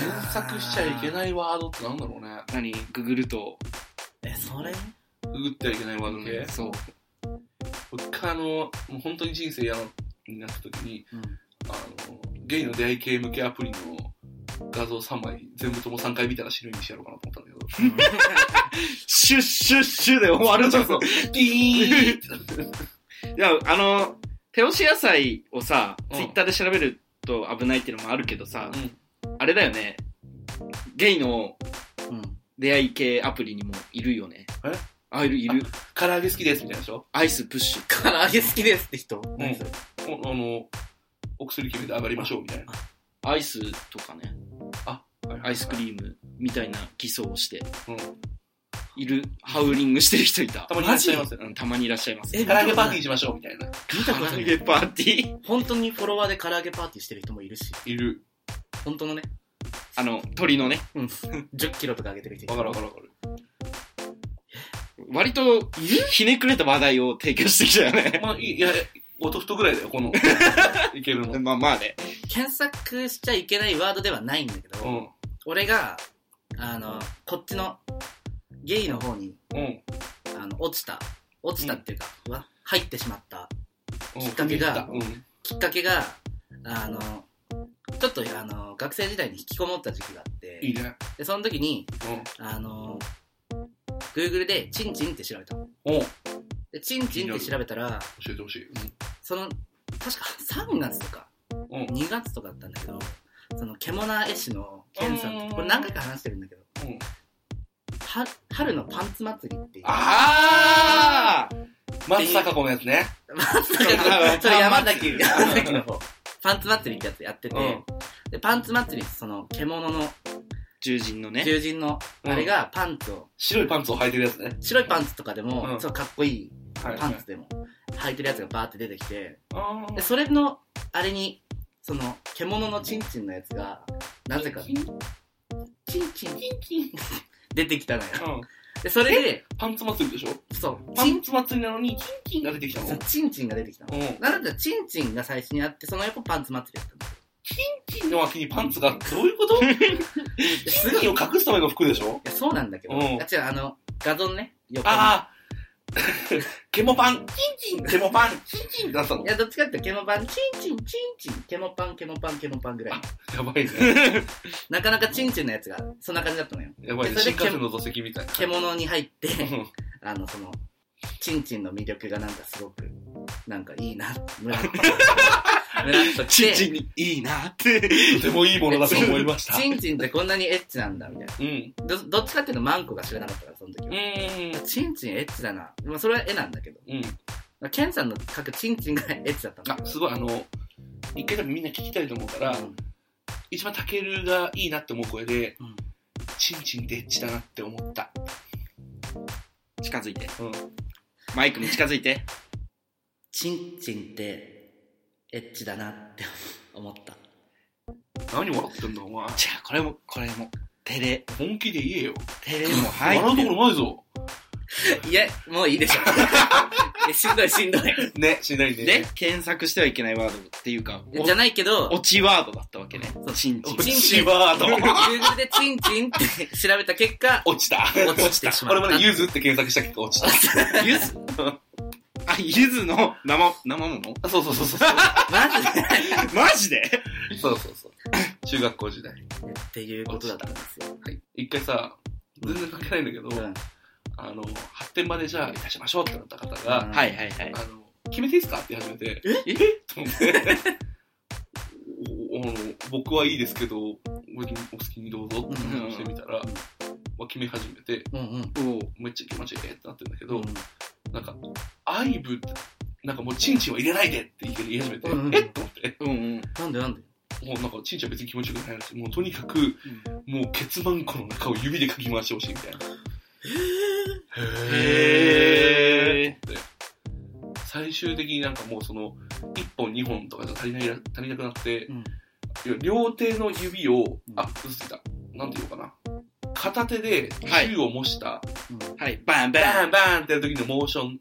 A: 検索しちゃいけないワードってなんだろうね。
B: 何ググると。
C: え、それ
A: ググってはいけないワードね。
B: そう。
A: 僕一回あの、もう本当に人生嫌になった時に、
C: うん
A: あの、ゲイの出会い系向けアプリの画像3枚、全部とも3回見たら死ぬようにしてやろうかなと思ったんだけ
B: シュッシュッシュで <laughs> 終わるじゃん。
A: <laughs>
B: い
A: ど、ピーンって
B: や、あの、手押し野菜をさ、
A: うん
B: ツイッターで調べると危ないっていうのもあるけどさ、
A: うん
B: あれだよね。ゲイの
C: うん。
B: 出会い系アプリにもいるよね。
A: え
B: あ、いる、いる。
A: 唐揚げ好きですみたいなでしょ
B: アイスプッシュ。
C: <laughs> 唐揚げ好きですって人。何それ
A: おあの、お薬決めて上がりましょうみたいな。
B: アイスとかね、アイスク
A: ー
B: リームみたいな偽装をして、
A: ム。うん。
B: いる、ハウリングしてる人いた。
A: たまにいらっしゃいますよね
B: うんたまにいらっしゃいます。
C: え
A: 唐揚げパーティーしましょうみたいな。
C: 見たこと
B: 唐
C: な
B: 揚
C: い。
B: げパーティー。
C: 本当にフォロワーで唐揚げパーティーしてる人もいるし、
A: いる。
C: 本当のね、
B: あの、鳥のね、
C: うん、10キロとか上げてる人いる
A: わかるわかるわかる。
B: 割と、ひねくれた話題を提供してきたよね。
A: まあ、いいいや、おとふとぐらいだよ、
B: <laughs>
A: この。いけるの。うん。
B: まあまあね。
C: 検索しちゃいけないワードではないんだけど、俺が、あの、こっちの、ゲイの方に、
A: うん。
C: あの、落ちた、落ちたっていうか、わ入ってしまった
A: うん。
C: きっかけが
A: うん。
C: きっかけが、あの、ちょっと、あの、学生時代に引きこもった時期があって、
A: いいね。
C: で、その時に、
A: う
C: あの、Google で、チンチンって調べたの。
A: ん。うん。教
C: で、チンチンって調べたら、
A: えてほしい。
C: その、確か3月とか、
A: うん。うん。
C: 2月とかだったんだけど、その、ケモナー絵師のケンさんと、これ何回か話してるんだけど、は春のパンツ祭りっていう。
B: あー
A: 松坂子のやつね。
C: <laughs> それ山崎、山崎の方。パンツ祭りってやつやってて、で、パンツ祭りってその、獣の、
B: 獣人のね。
C: 獣人の、あれがパンツを、
A: 白いパンツを履いてるやつね。
C: 白いパンツとかでも、
A: うん
C: そうかっこいい
A: は
C: パンツでも、履いてるやつがバーって出てきて、
A: あ
C: で、それの、あれに、その、獣のチンチンのやつが、なぜか、チンチン、出てきたのよ。
A: うん。
C: で、それで、
A: パンツ祭りでしょ
C: そう、
A: パ
C: チ
A: ン
C: ン、
A: ツ祭りなのに、キンキンが出てきたの
C: そうチンチンが出てきたの。
A: うん。
C: なんだったら、チンチンが最初にあって、その横パンツ祭りだったんだよ
A: キンキンの脇にパンツが、どういうこと
C: <laughs>
A: キン
C: で。すごい
A: キンを隠すための服でしょ
C: いや、そうなんだけど、
A: うん
C: あ、違う、あの、画像のね、横に
A: ああ <laughs> ケモパンキンキンケモパンキンキンってなったの
C: いや、どっちかっていうと、ケモパン、チンチン、チンチン、ケモパン、ケモパン、ケモパンぐらい。
A: やばいね。
C: なかなかチンチンのやつが、そんな感じだったのよ。
A: やばいね。
C: そ
A: 新
C: れで
A: 幹線の座席みたいな。
C: 獣に入って、 <laughs>
A: うん
C: あの、その、チンチンの魅力がなんかすごく、なんかいいな、む <laughs> らっと。むらっと
B: ち
C: き
B: んちん
C: て、
B: にいいなって。
A: とてもいいものだと思いま
C: <laughs>
A: した。
C: チンチンってこんなにエッチなんだ、みたいな。
A: うん。
C: ど、どっちかっていうとマンコが知らなかったから、その時
A: う
C: は。
A: ん。
C: チンチンエッチだな。まあ、それは絵なんだけど。
A: うん。
C: まあケンさんの描くチンチンがエッチだったんだ
A: あ、すごい、あの、一回多分みんな聞きたいと思うから、一番タケルがいいなって思う声で、
C: うん
A: チンチンでっちだなって思った。
B: 近づいて。
A: うん。
B: マイクに近づいて。
C: チンチンって、エッチだなって <laughs> 思った。
A: 何笑ってんだ、お前。
B: じゃあ、これも、これも。照れ、
A: 本気で言えよ。
B: 照れも入
A: 笑
B: っ
A: う
B: て
A: と
B: る
A: ころないぞ。
C: いや、もういいでしょ。えしんどいしんどい。
A: ね、しないね。
B: で、検索してはいけないワードっていうか、
C: じゃないけど、
B: 落ちワードだったわけね
C: そ。う
B: ちんちん。
A: 落ちワード。
C: Google でチンチンって調べた結果、
A: 落ちた。
C: 落ちてしまった
A: 俺もね、ゆずって検索した結果落ちた。
B: ゆずあ、ゆずの生、生もの
A: あそうそうそう <laughs> そう。
C: マジで
B: マジで
A: そうそうそう。中学校時代。
C: っていうことだったんですよ。
A: はい。一回さ、全然関係ないんだけど、
C: うん。
A: あの、発展場でじゃあいたしましょうってなった方が、
C: うん
B: はいはいはい。
A: あの、決めていいですかって言い始めて、
C: え
A: えと思って。おあの僕はいいですけど、おお好きにどうぞって話をしてみたら、まあ、決め始めて、
C: うんうん。
B: お
A: めっちゃ気持ちいいってなってるんだけ
C: う
A: ど、
C: ん
A: なんか、アイブ、なんかもうチンチンは入れないでって言い始めて、
C: うんうん
A: えっと思って、
B: うんうん。
C: なんでなんで
A: もうなんかチンチンは別に気持ちよくないらしいもうとにかく、もうケツマンコの中を指でかき回してほしいみたいな。へ
B: へ
A: ー。最終的になんかもうその、1本2本とかじゃ足りないら、足りなくなって、
C: うん
A: いや両手の指を
C: う、ん
A: あ、嘘ついた。なんて言うのかな。片手で
B: はい
A: 銃を模した、
C: うん
B: ー。はい、バンバ
A: バー
B: ン。
A: ンバーンってやる時のモーション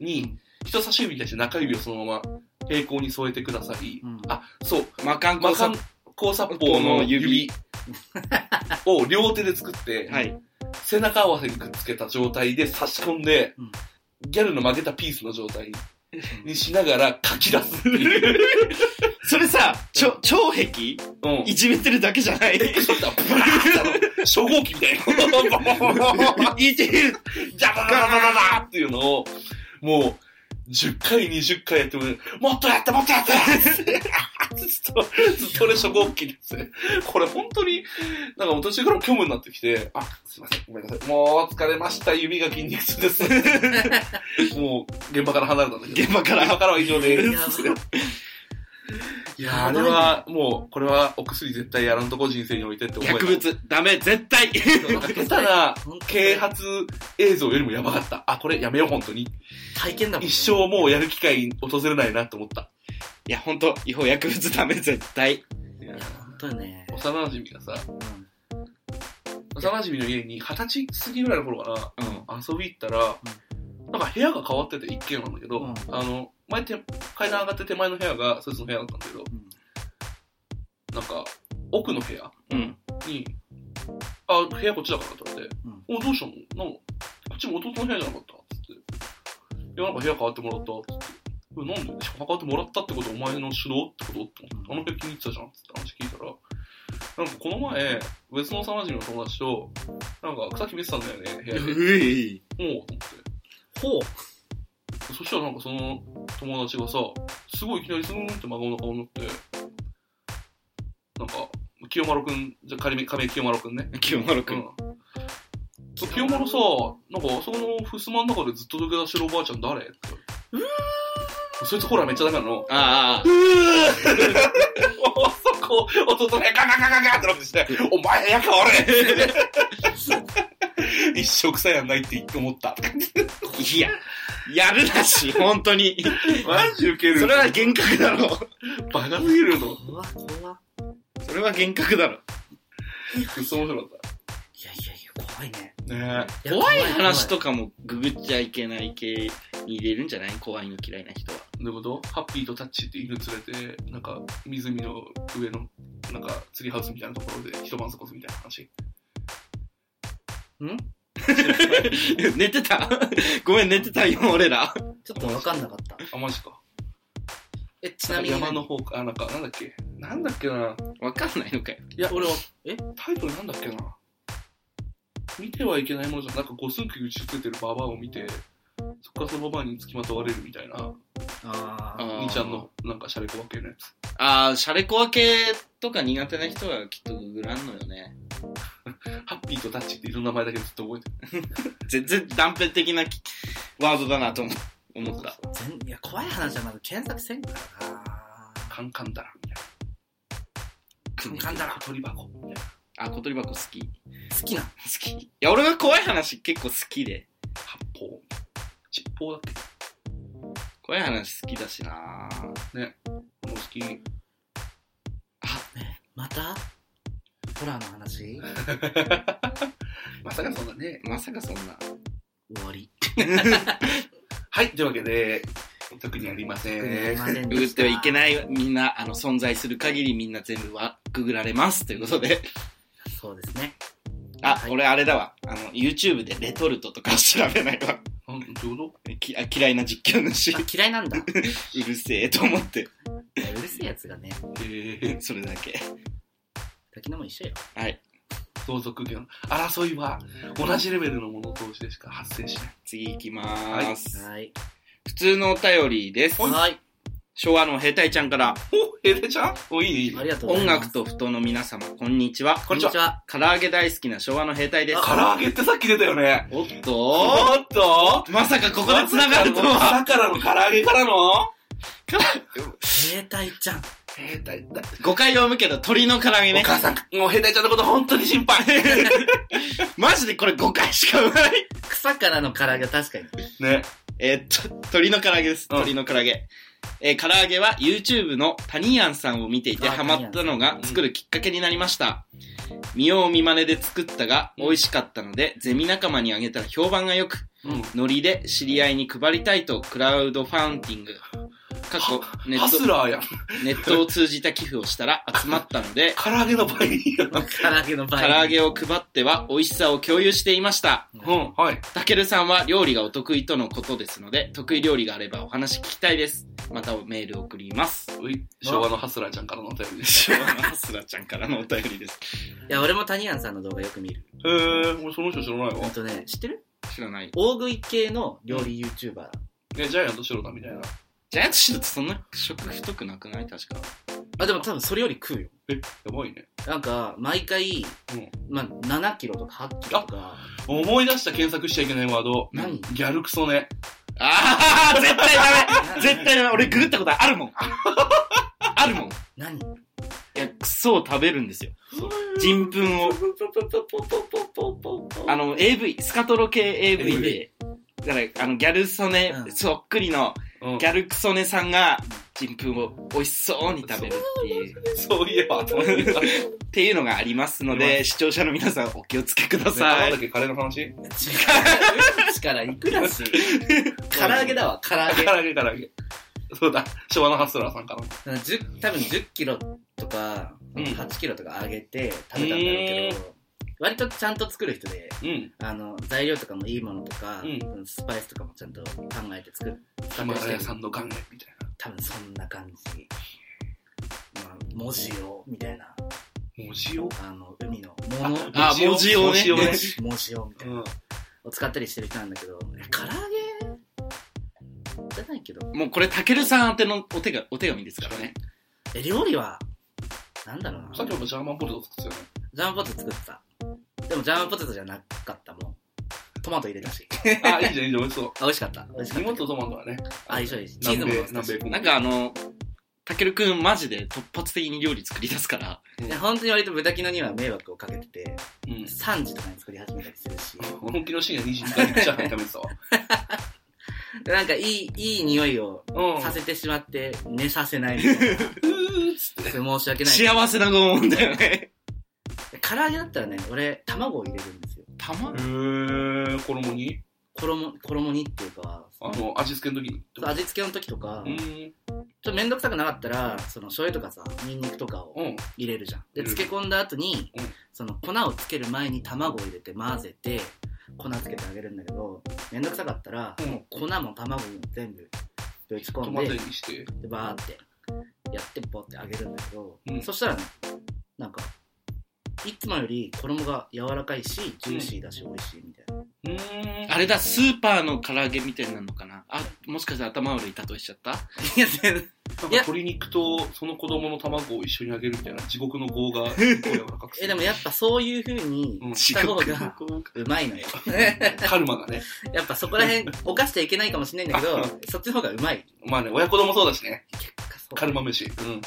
A: に、人差し指に対して中指をそのまま平行に添えてください。
C: うん
A: あ、そう。
B: 魔漢
A: 魔
B: 交
A: 漢
B: 差
A: 交殺
B: 法
A: 法
B: の
A: の
B: 指
A: 指。を両手で作って、
B: <laughs> はい。
A: 背中合わせにくっつけた状態で差し込んで、
C: うん
A: ギャルの曲げたピースの状態にしながら書き出すっていう。
B: それさ、ちょ、超壁
A: うん。
B: いじめてるだけじゃない。
A: ちょ <laughs> っとブラーってあの初号機みたいな。
B: <laughs> いじめる。
A: ジャババババババっていうのを、もう、10回、20回やっても、もっとやって、もっとやってずっと、ずっと俺初号機ですね。これ本当に、なんかもう途中から虚無になってきて、あ、すいません、ごめんなさい。もう疲れました、指が筋肉痛です。もう、現場から離れたんだけど。現場から。現場からは以上です。いやー、あれは、もう、これはお薬絶対やらんとこ人生においてって思えた
B: 薬物、ダメ、絶対
A: 下手な啓発映像よりもやばかった。あ、これやめよう、本当に。
C: 体験だもん、ね。
A: 一生もうやる機会訪れないなと思った。
B: いや、ほんと、違法薬物ダメ、絶対。
A: いや
C: いや、本当ね。
A: 幼馴染がさ、
C: うん
A: 幼馴染の家に二十歳過ぎぐらいの頃か
B: うん。
A: な、遊び行ったら、なんか部屋が変わってて一軒なんだけど、
C: うん
A: あの、前って階段上がって手前の部屋がそいつの部屋だったんだけど、
C: うん
A: なんか、奥の部屋
B: うん。
A: に、あ、部屋こっちだからって言われて、
C: う
A: お、どうしたのなんか、こっちも弟の部屋じゃなかったつって。いや、なんか部屋変わってもらったつって。えなんでしかも変わってもらったってことはお前の主導ってことって思って、あの部屋気に入ってたじゃんつって話聞いたら、なんかこの前、別の幼馴染の友達と、なんか草木見てたんだよね、
B: <laughs>
A: 部屋で。
B: うい。
A: もう、と思って。
C: ほう。
A: そしたらなんかその友達がさ、すごいいきなりスーンって真顔の顔になって、なんか、清丸くん、じゃあ仮名、仮名清丸くんね。
B: 清丸く。
A: うんん。そう清丸さ、なんかあそこの襖の中でずっと抜け出してるおばあちゃん誰って言われて。そいつホラーめっちゃダメなの。
B: ああ
A: うーもうそこ、弟がガガガガガってなってして、お前部屋変われ一生臭いやんないって思った。
B: ああ、いや、やるな
C: <laughs>
B: し、ほんとに。
A: マジウケる。
B: それは幻覚だろ。
A: バカすぎるの。
C: 怖っ怖っ
B: それは幻覚だろ。
A: くっそ面白かった。
C: いやいやいや、怖いね。
A: ね
C: いや
B: 怖い話とかもググっちゃいけない系に入れるんじゃない怖いの嫌いな人は。
A: え。どういうことハッピーとタッチって犬連れて、なんか、湖の上の、なんか、ツリーハウスみたいなところで一晩過ごすみたいな話。
B: <laughs> 寝てた <laughs> ごめん、寝てたよ、俺ら。
C: ちょっとわかんなかった。
A: <laughs> あ、マジか。
C: え、ちなみに。
A: 山の方か、あ、なんか、なんだっけ。なんだっけな。
B: わかんないのかよ。
C: いや、俺は、え
A: タイトルなんだっけな。見てはいけないものじゃんなんか、五寸釘打ちつけてるババアを見て、そこからそのババアに付きまとわれるみたいな、
C: あー
B: あー
A: 兄ちゃんの、なんか、シャレコ分けのやつ。
B: ああ、シャレコア系とか苦手な人はきっとググらんのよね。
A: ハッピーとタッチっていろんな名前だけずっと覚えて
B: 全然断片的なきワードだなと思
A: る。
B: 思った。
C: 全いや、怖い話はまだ検索せんからな
A: カンカンだら、みたいな。
C: カンカンだな
A: 小鳥箱、みたいな。
B: あ、小鳥箱好き。好
C: 好きな。
B: き。いや、俺は怖い話結構好きで。
A: 八方。七方だっけ
B: 怖い話好きだしな
A: もう好き。
C: またホラーの話 <laughs>
A: まさかそうだね。
B: まさかそんな。
C: 終わり。
A: はい、というわけで、特にありません。
C: グ
B: グってはいけ
C: い。
B: ない、みんな、あの、存在する限りみんな全部は、ググられます。ということで。
C: そうですね。
B: あ、
C: はい
B: 俺あれだわ。あの、YouTube でレトルトとか調べないわ。
A: うん、どういうこ
B: きあ嫌いな実況主。
C: あ、嫌いなんだ。いう
B: るせえと思って。 <laughs>
C: やうるせえやつがね、
A: とえ
B: それだけ。
C: 滝野も一緒よ。
B: はい。
A: ー、同族間の争いは同じレベルのもの同士でしか発生しない。
B: 次行きまーす。
C: はい。
B: 普通のお便りです。
C: はい。
B: 昭和の兵隊ちゃんから、
A: お、ヘレちゃんお、いいね、いい
C: あ
A: ね。
C: りがとうござ
B: 音
C: いま
B: 楽
C: す。
B: と布団の皆様、こんにちは。
A: こんにちは
C: は。
B: 唐揚げ大好きな昭和の兵隊です。
A: 唐揚げってさっき出たよね。
B: おっ
A: お
B: と
A: ーっと
B: まさかここで繋がるとは。
A: 朝からの唐揚げからの
C: 兵隊ちゃん。
A: 兵隊だ。
B: <laughs> 誤解を生むけど、鶏の唐揚げ
A: お
B: ね。
A: 母さん、もう兵隊ちゃんのこと本当に心 <laughs> 配。
B: マジでこれ誤解しか生まない。 <laughs>
C: 草からの唐揚げは確かに。
A: ね。
B: えーっと、鶏の唐揚げです。
A: うん
B: 鶏の唐揚げ。えー唐揚げは YouTube のタニヤンさんを見ていて
C: あ
B: ハマったの
A: タニヤン
B: が
A: さん
B: 作るきっかけになりました。見よう見真似で作ったが美味しかったので、ゼミ仲間にあげたら評判が良く、
A: うん。
B: ノリで知り合いに配りたいとクラウドファンティング、過去ネ
A: ハ
B: ッ
A: ス
B: ト、
A: ラーやん。
B: ネットを通じた寄付をしたら集まったの
A: <laughs>
B: で、
A: 唐揚げの倍にやん。
C: 唐揚げの場合。
B: 唐揚。げを配っては美味しさを共有していました。
A: うん、はい。
B: たけるさんは料理がお得意とのことですので、得意料理があればお話聞きたいです。またメール送ります。
A: うい昭和のハスラーちゃんからのお便りです。
B: 昭和のハスラちゃんからのお便りです。
C: いや、俺も谷ンさんの動画よく見る。
A: えー、俺その人知らない
C: ほ
A: わ
C: ん。とね、知ってる
B: 知らない。
C: 大食い系の料理 YouTuber。
A: ね、ジャイアント白田みたいな。
B: ジャイアントシロってそんな食太くなくない確か。
C: あ、でも多分それより食うよ。
A: やばいね。
C: なんか、毎回、
A: うん
C: まあ、7キロとか8キロとか、
A: 思い出した検索しちゃいけないワード。
C: 何
A: ギャルクソね。
B: ああ、絶対ダメ絶対ダメ俺ググったことあるもん。あるもん。い
C: 何
B: や、クソを食べるんですよ。人糞を。あの、AV、スカトロ系 AV で、だから、あの、ギャル曽根、
C: うん
B: そっくり
A: う
B: の、
A: ん
B: ギャルクソネさんが、人糞を美味しそうに食べるっていう、
A: <laughs> そういえば、と思ってた。
B: っていうのがありますの
A: い
B: で、視聴者の皆さんお気をつけくだ
A: な
B: さ
A: ん
B: い
A: だっ。け、カレーの話
C: 力、 <laughs> 力いくらし。唐揚げだわ、唐揚げ。
A: 唐揚げ、唐揚げ。そうだ、昭和のハッスラーさんから。
C: 10多分10キロとか、
A: うん
C: 8キロとか上げて食べたんだろうけど、割とちゃんと作る人で、
A: うん。
C: あの、材料とかもいいものとか、
A: う
C: スパイスとかもちゃんと考えて作る。
A: ヒマラヤさんの考えみたい
C: 多分そんな感じ。まあ、文字を、みたいな。
A: な。文字を
C: あの、海のもの、
B: あ文字を
A: 文
B: ね
A: 字を
C: <laughs>
A: ね。
C: 文字を、みた
A: う
C: いな。
A: ん。
C: を使ったりしてる人なんだけど、え唐揚げじゃないけど、
B: もうこれ、たけるさん宛てのお手が、お手紙ですからね。
C: え、料理は、なんだろうな。
A: さっきもジャーマンポルト作ってたよね。
C: ジャーマンポテト作ってた。でもジャーマンポテトじゃなかったもん。トマト入れたし。
A: あ、いいじゃん、いいじゃん、美味しそう。
C: あ、美味しかった。美味しかった
A: 芋。とトマトはね。
C: あ相性いいし。チーズ
A: 南
C: も
A: 米
C: 美味しか
A: 南米
C: ったし
A: コンビ
B: なんかあの、たけるくんマジで突発的に料理作り出すから、
C: いや本当に割と豚キノには迷惑をかけてて、
A: うん。
C: 3時とかに作り始めたりするし、
A: 本気の深夜2時にからチャーハン食べてたわ。
C: でなんかいい、いい匂いを
A: うん。
C: させてしまって、寝させないみたいな。
A: <laughs> うーっつって。
C: それ申し訳ない。
B: 幸せなごもんだよね。
C: 唐揚げだったらね、俺、卵を入れるんですよ。
B: たま
A: へー、衣に
C: 衣、衣にっていうか、
A: あの、味付けの時に。
C: そう味付けの時とか、
A: う
C: ちょっ
A: ん。
C: とめんどくさくなかったら、その醤油とかさ、ニンニクとかを
A: うん。
C: 入れるじゃん。
A: う
C: で、
A: ん
C: 漬け込んだ後に、
A: うん
C: その粉をつける前に卵を入れて混ぜて、粉つけてあげるんだけど、めんどくさかったら、
A: うん
C: もう粉も卵も全部ぶち込
A: ト
C: ん
A: マト
C: で
A: に、して。
C: でバーってやってポってあげるんだけど、
A: うん
C: そしたらね、なんか、いつもより衣が柔らかいし、ジューシーだし、美味しいみたいな。
A: うーん。
B: あれだ、スーパーの唐揚げみたいなのかなあ、もしかして頭悪いたとえしちゃった
C: いや、全然
A: なん
C: い
A: か
C: や
A: 鶏肉とその子供の卵を一緒にあげるみたいな地獄の業 <laughs> が柔らかくす
C: え、
A: る
C: でもやっぱそういう風に
A: うん
C: した方
B: 地
C: がうまいのよ。
A: <laughs> カルマがね。
C: やっぱそこら辺、犯しちゃいけないかもしれないんだけど、
A: <laughs>
C: そっちの方がうまい。
A: まあね、親子丼もそうだしね。
C: 結果そう
A: カルマ飯。うん。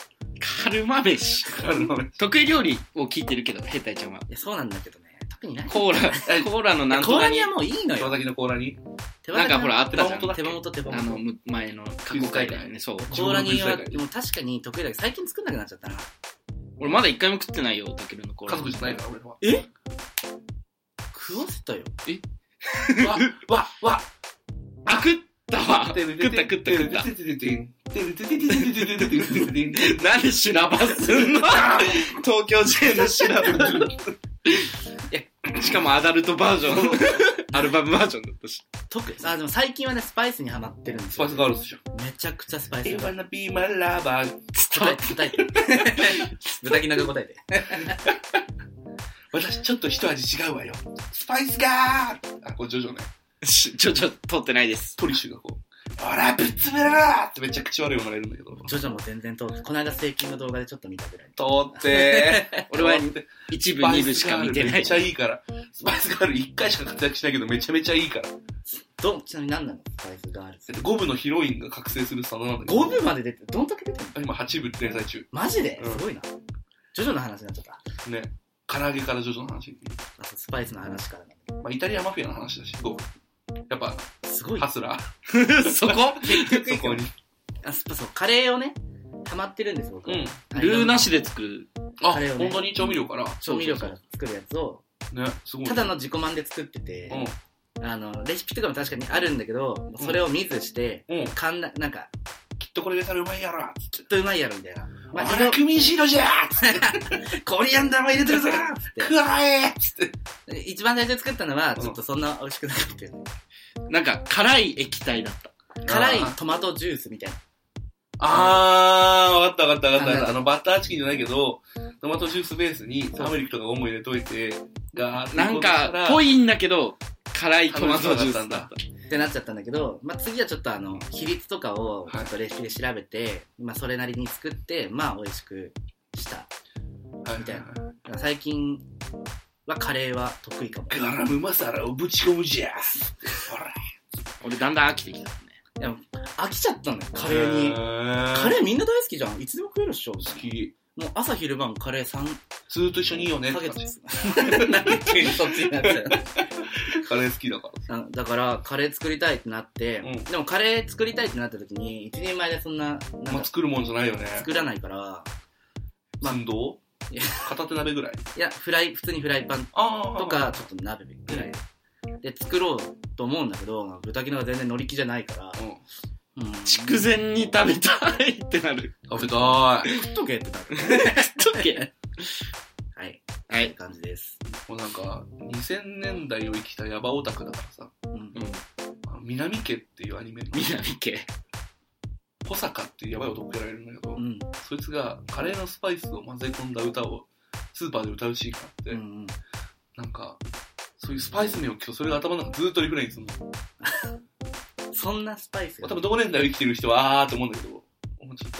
B: カルマ飯。
A: カルマ飯。
B: 得意料理を聞いてるけど、兵隊ちゃんは。
C: いや、そうなんだけどね。特にない。
B: コーラ、コーラのなん
C: コ
B: と
C: ー
B: か
C: ラに
B: に、
C: は
B: あ
C: もういいの
A: 手羽
C: よ。
A: 先の甲羅に。
C: 手羽先
B: なんかほらあったじゃん
C: 手羽元だっけ手羽元、手羽
B: の、
C: 元。
B: む前の過去回だよね。そう。
C: コーラには、
A: 自分の
C: でも確かに得意だけど、最近作んなくなっちゃったな。
B: 俺まだ一回も食ってないよ、たけるのコーラ。
A: 家族じゃないから、俺は。
C: 食わせたよ。
A: わ、わ、わ。
B: あ、食ったわ。食った食った食った。なんで修羅場すんの東京事変の修羅場。しかもアダルトバージョン。アルバムバージョンだったし。
C: 特あ、でも最近はね、スパイスにハマってるんで
A: ス
C: す
A: パ
C: よ。
A: イスガールズじゃん。
C: めちゃくちゃスパイス
A: You
C: が。
A: wanna be my lover.
C: 答えて、答えて。豚キナが答えて。
A: 私ちょっと一味違うわよ。スパイスガールあ、これジョジョね。
B: しちょ、ちょ、通ってないです。
A: トリッシュがこう、ほら、ぶっ潰れろってめっちゃ口悪いもらえるんだけど。
C: ジョジョも全然通って、この間、セイキンの動画でちょっと見たぐらい。
A: 通って <laughs> ー。
B: 俺は
A: 通って
B: 一部、二部しか見てな
A: めっ
B: い
A: ち。ゃいいから。スパイスガール1回しか活躍しないけどめちゃめちゃいいから。だ
C: どん、ちなみに何なのスパイスガールズ。
A: って5部のヒロインが覚醒するスタンドなんだけど。
C: 5分まで出て、どんだけ出てんの
A: 今8部連載中。
C: マジで
A: うん
C: すごいな。ジョジョの話になっちゃった。
A: ね。唐揚げから徐々の話。
C: あ、そうスパイスの話からなんだけ
A: まあ、イタリアマフィアの話だし、5部。やっぱ、
C: どすごいな
A: ハスラー。
B: そこ
A: そこに。
C: あ、そうそう、カレーをね、ハマってるんです、僕。
A: うん。
C: あ
B: ルーなしで作る。
A: あ、
C: あれをね
A: 本当に調味料から。
C: 調味料から作るやつを、
A: ね、すごい。
C: ただの自己満で作ってて、あの、レシピとかも確かにあるんだけど、それを見ずして、
A: うん。うん。
C: かんな、なんか、
A: きっとこれ入れたらうまいやろつって。
C: きっとうまいやろ、みたいな。
A: あ
C: まあ、
A: れ、
C: 色
A: クミンシードじゃーつっ
C: コリアンダーも入れてるぞーっ
A: <laughs>
C: つ
A: て。
C: っ
A: くらえーつって。
C: て。一番最初に作ったのは、
A: うん
C: ちょっとそんな美味しくなかったよね。
B: なんか、辛い液体だった。
C: 辛い
A: あー
C: トマトジュースみたいな。
A: あー、わかったわかったわかった。
C: あの
A: あの、バターチキンじゃないけど、トマトジュースベースにターメリックとかゴム入れといて、ガーって
B: なん
A: こうした、
B: からぽいんだけど、辛いトマトジュースだった。
C: ってなっちゃったんだけど、まあ、次はちょっとあの比率とかをちょっとレシピで調べて、まあ、それなりに作ってまあ美味しくした
A: はい
C: みたいな
A: はいはい
C: 最近はカレーは得意かも
A: ガラムマサラをぶち込むじゃほら
B: 俺だんだん飽きてきたね
C: でも飽きちゃったんだよカレーにカ
A: カ
C: レーみんな大好きじゃんいつでも食えるっしょ
A: 好き
C: もう朝昼晩カレー3
A: ずーっと一緒にいいよね
C: ヶ月ですなんで急にそっちになっちゃう
A: カレー好きだから
C: あだからカレー作りたいってなって、
A: うん
C: でもカレー作りたいってなった時に一人前でそんななん
A: ま
C: か
A: あ作るもんじゃないよね
C: 作らないからまあ
A: 寸胴
C: いや
A: 片手鍋ぐらい
C: いやフライ普通にフライパン
A: あ
C: とかちょっと鍋ぐらいで作ろうと思うんだけど豚キノが全然乗り気じゃないから、
A: うん
C: うん、
B: 筑前に食べたいってな <laughs> る
A: 食べたい
C: 食っとけってなる
B: 食っとけ
C: はい
B: は
C: って
B: い、
C: 感じです、
A: もうなんか2000年代を生きたヤバオタクだからさ
C: うん
B: うん、
A: あの南家っていうアニメの
B: 南家
A: 小坂っていうヤバい男やられるんだけど、
C: うん
A: そいつがカレーのスパイスを混ぜ込んだ歌をスーパーで歌うシーンがあって、
C: うんうん、
A: なんかそういうスパイス名を聞くとそれが頭の中ずーっとリフレインするの、ま
C: そんなスパイス
A: あ、多分同年代を生きてる人はあーって思うんだけどもうちょっ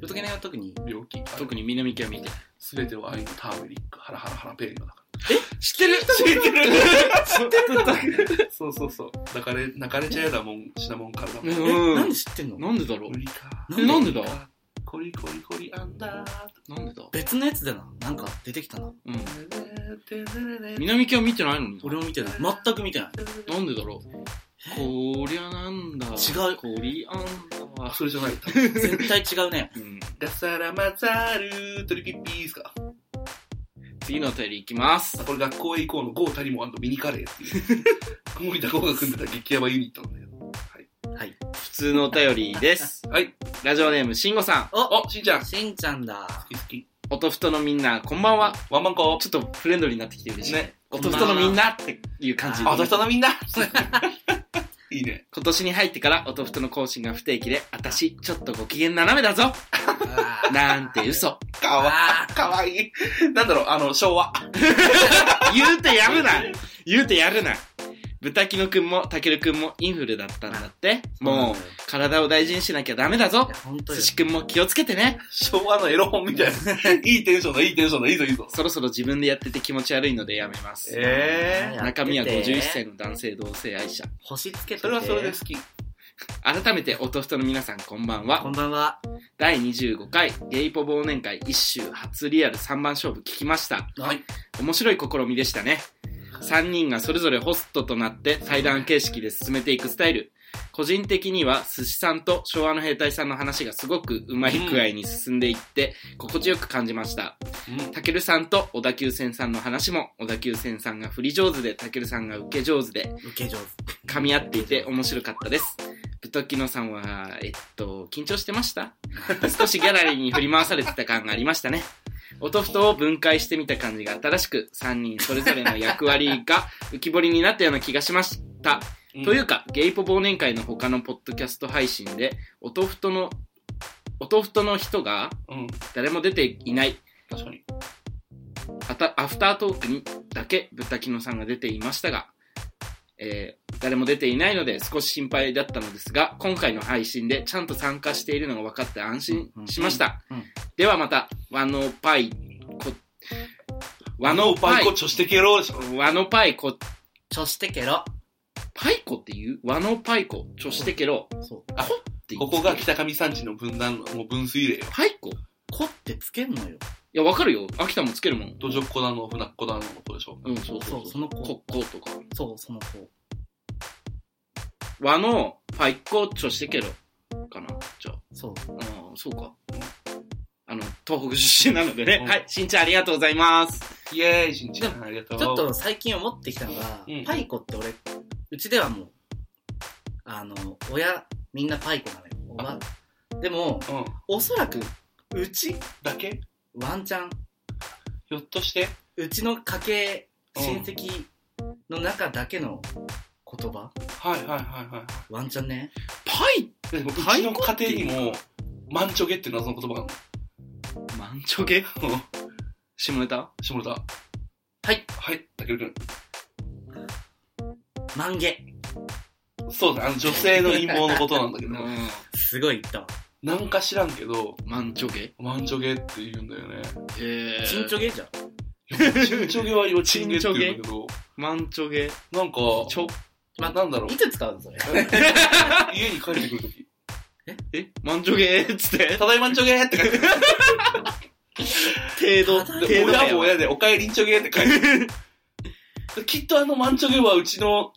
C: 豚キノは特に
A: と病気
B: 特に南家は見てない
A: すべては愛のターメリックハラハラハラペーノだか
B: 知ってる知ってる
A: らそうそうそう泣かれ泣かれちゃやだもんシナモンからだもん、
B: う
A: うん
C: えなんで知ってん
B: <laughs>
C: の
B: なんでだろう
A: リか
B: えなんでだ
A: コリコリコリアンダー
B: なんでだ
C: 別のやつだななんか出てきたな
B: うん
A: てれれれれれ
B: 南家は見てないのに
C: 俺も見てない全く見てない
B: なんでだろうこりゃなんだ
C: 違う
B: こりゃん
A: あ
B: だ
A: それじゃない多分
C: 絶対違うね
B: うん
A: ガサラマザールトリピッピーっすか
B: 次のお便りいきます
A: あこれ学校へ行こうのゴータリモミニカレーっていう森田剛が組んでた激ヤバユニットなんだ <laughs> けど <laughs> はい
C: はい
B: 普通のお便りです。
A: はい。
B: ラジオネーム、しんごさん。
C: お
A: おしんちゃん好
C: しんちゃ
A: <laughs>
C: んだ
A: き好き
B: おとふとのみんな、こんばんは。
A: ワンマンコ
B: ちょっとフレンドリーになってきて嬉しい。
A: ね
B: おとふとのみんなっていう感じ
C: こんばんは
A: あたしたのみんないいね
B: 今年に入ってからおとふとの更新が不定期で、あたし、ちょっとご機嫌斜めだぞ。なんて嘘。
A: かわ
C: あ
A: かわいいなんだろうあの昭和 <laughs>
B: 言うてやるな。言うてやるな。豚キノくんもたけるくんもインフルだったんだって。
C: ーそうな
B: も
C: ん
B: う
C: だよ、
B: 体を大事にしなきゃダメだぞ
C: いや。本当
B: 寿
C: よ
B: 司くんも気をつけてね。
A: 昭和のエロ本みたい <laughs> ないいテンションだいいテンションだいいぞいいぞ
B: そろそろ自分でやってて気持ち悪いのでやめます。
A: え
C: ー
B: 中身は51歳の男性同性愛者。
C: 星つけてて
A: それはそれで好き
B: 改めて、おとふとの皆さん、こんばん
C: こ
B: は
C: ん。ばんは
B: 第25回、ゲイポ忘年会一周初リアル3番勝負聞きました。
A: はい
B: 面白い試みでしたね。3人がそれぞれホストとなって対談形式で進めていくスタイル。個人的には、寿司さんと昭和の兵隊さんの話がすごくうまい具合に進んでいって、心地よく感じました。
A: うん
B: たけるさんと小田急線さんの話も、小田急線さんが振り上手で、たけるさんが受け上手で、
C: 受け上手
B: 噛み合っていて面白かったです。ぶときのさんは、えっと、緊張してました <laughs> 少しギャラリーに振り回されてた感がありましたね。おとふとを分解してみた感じが新しく、3人それぞれの役割が浮き彫りになったような気がしました。というか、ゲイポ忘年会の他のポッドキャスト配信で、おとふとの、おとふとの人が
A: うん
B: 誰も出ていない
A: 確かに
B: あたアフタートークにだけブタキノさんが出ていましたが、えー誰も出ていないので少し心配だったのですが、今回の配信でちゃんと参加しているのが分かって安心しました。
C: うんうん
B: ではまた、ワノパイ、こ、ワ
A: あの
B: ノ
A: パ
B: パ
A: イ
B: イ
A: コ、チョしてけろでしょ
B: ワノパイコ、
C: ちょしてけろ
B: パイコって言うワノパイコ、ちょしてけろ。
C: そう
B: って言
A: こ
B: う
A: こが北上山地の分断のもう分水嶺よ
B: パイコい
C: こってつけんのよ
B: や、わかるよ。秋田もつけるもん。
A: 土壌っ子だの船っ子だのの子でしょ
B: うん、そうそ
C: そうう
B: そ。
C: そうの子
B: こ、ことか。
C: そうその子
B: ワノパイコ、ちょしてけろ。かな。じゃあ。
C: そう
B: ああ、そうか。あの、東北出身なのでね
A: う。ん
B: はい、しんちゃんありがとうございます。
A: イエーイしんちゃんありがとう
C: ちょっと最近思ってきたのが、
A: うん
C: パイコって俺うちではもうあの親みんなパイコなのよおばでも
A: うん
C: おそらくうち
A: だけ
C: ワンチャン
A: ひょっとして
C: うちの家系
A: うん
C: 親戚の中だけの言葉
A: はいはいはいはい
C: ワンチャンね
B: パイ
A: でもう
B: 太
A: ち
B: 鼓
A: の
B: っ
A: 家
B: ていう
A: 庭にもマンチョゲって謎の言葉が <laughs>
B: マンチョゲ
A: あるの
B: 下ネタ
A: 下村田
C: はい
A: はいたけるくん
C: マンゲ
A: そうだね、あの女性の陰謀のことなんだけ
B: <laughs> う
A: ど、
B: ん。
C: すごい言ったわ。
A: なんか知らんけど、
B: マンチョゲ
A: マンチョゲって言うんだよね。
B: へえ。
C: チンチョゲじゃん。
A: チンチョゲは幼稚園ゲって言うんだけど、
B: マンチョゲ
A: なんか、
B: ちょ、
A: まなんだろう
C: い、つ使うのそれ。
A: 家に帰ってくるとき、
B: えマンチョゲっつって。
A: ただいまんちょげーって書いて
B: 程度、
C: ただ
B: 程
C: い
A: で、
B: 度
C: ま
B: だ
A: 親も
B: よ。
A: 親で、おかえりんちょげーって書いてる。 <laughs> きっとあのマンチョゲはうちの、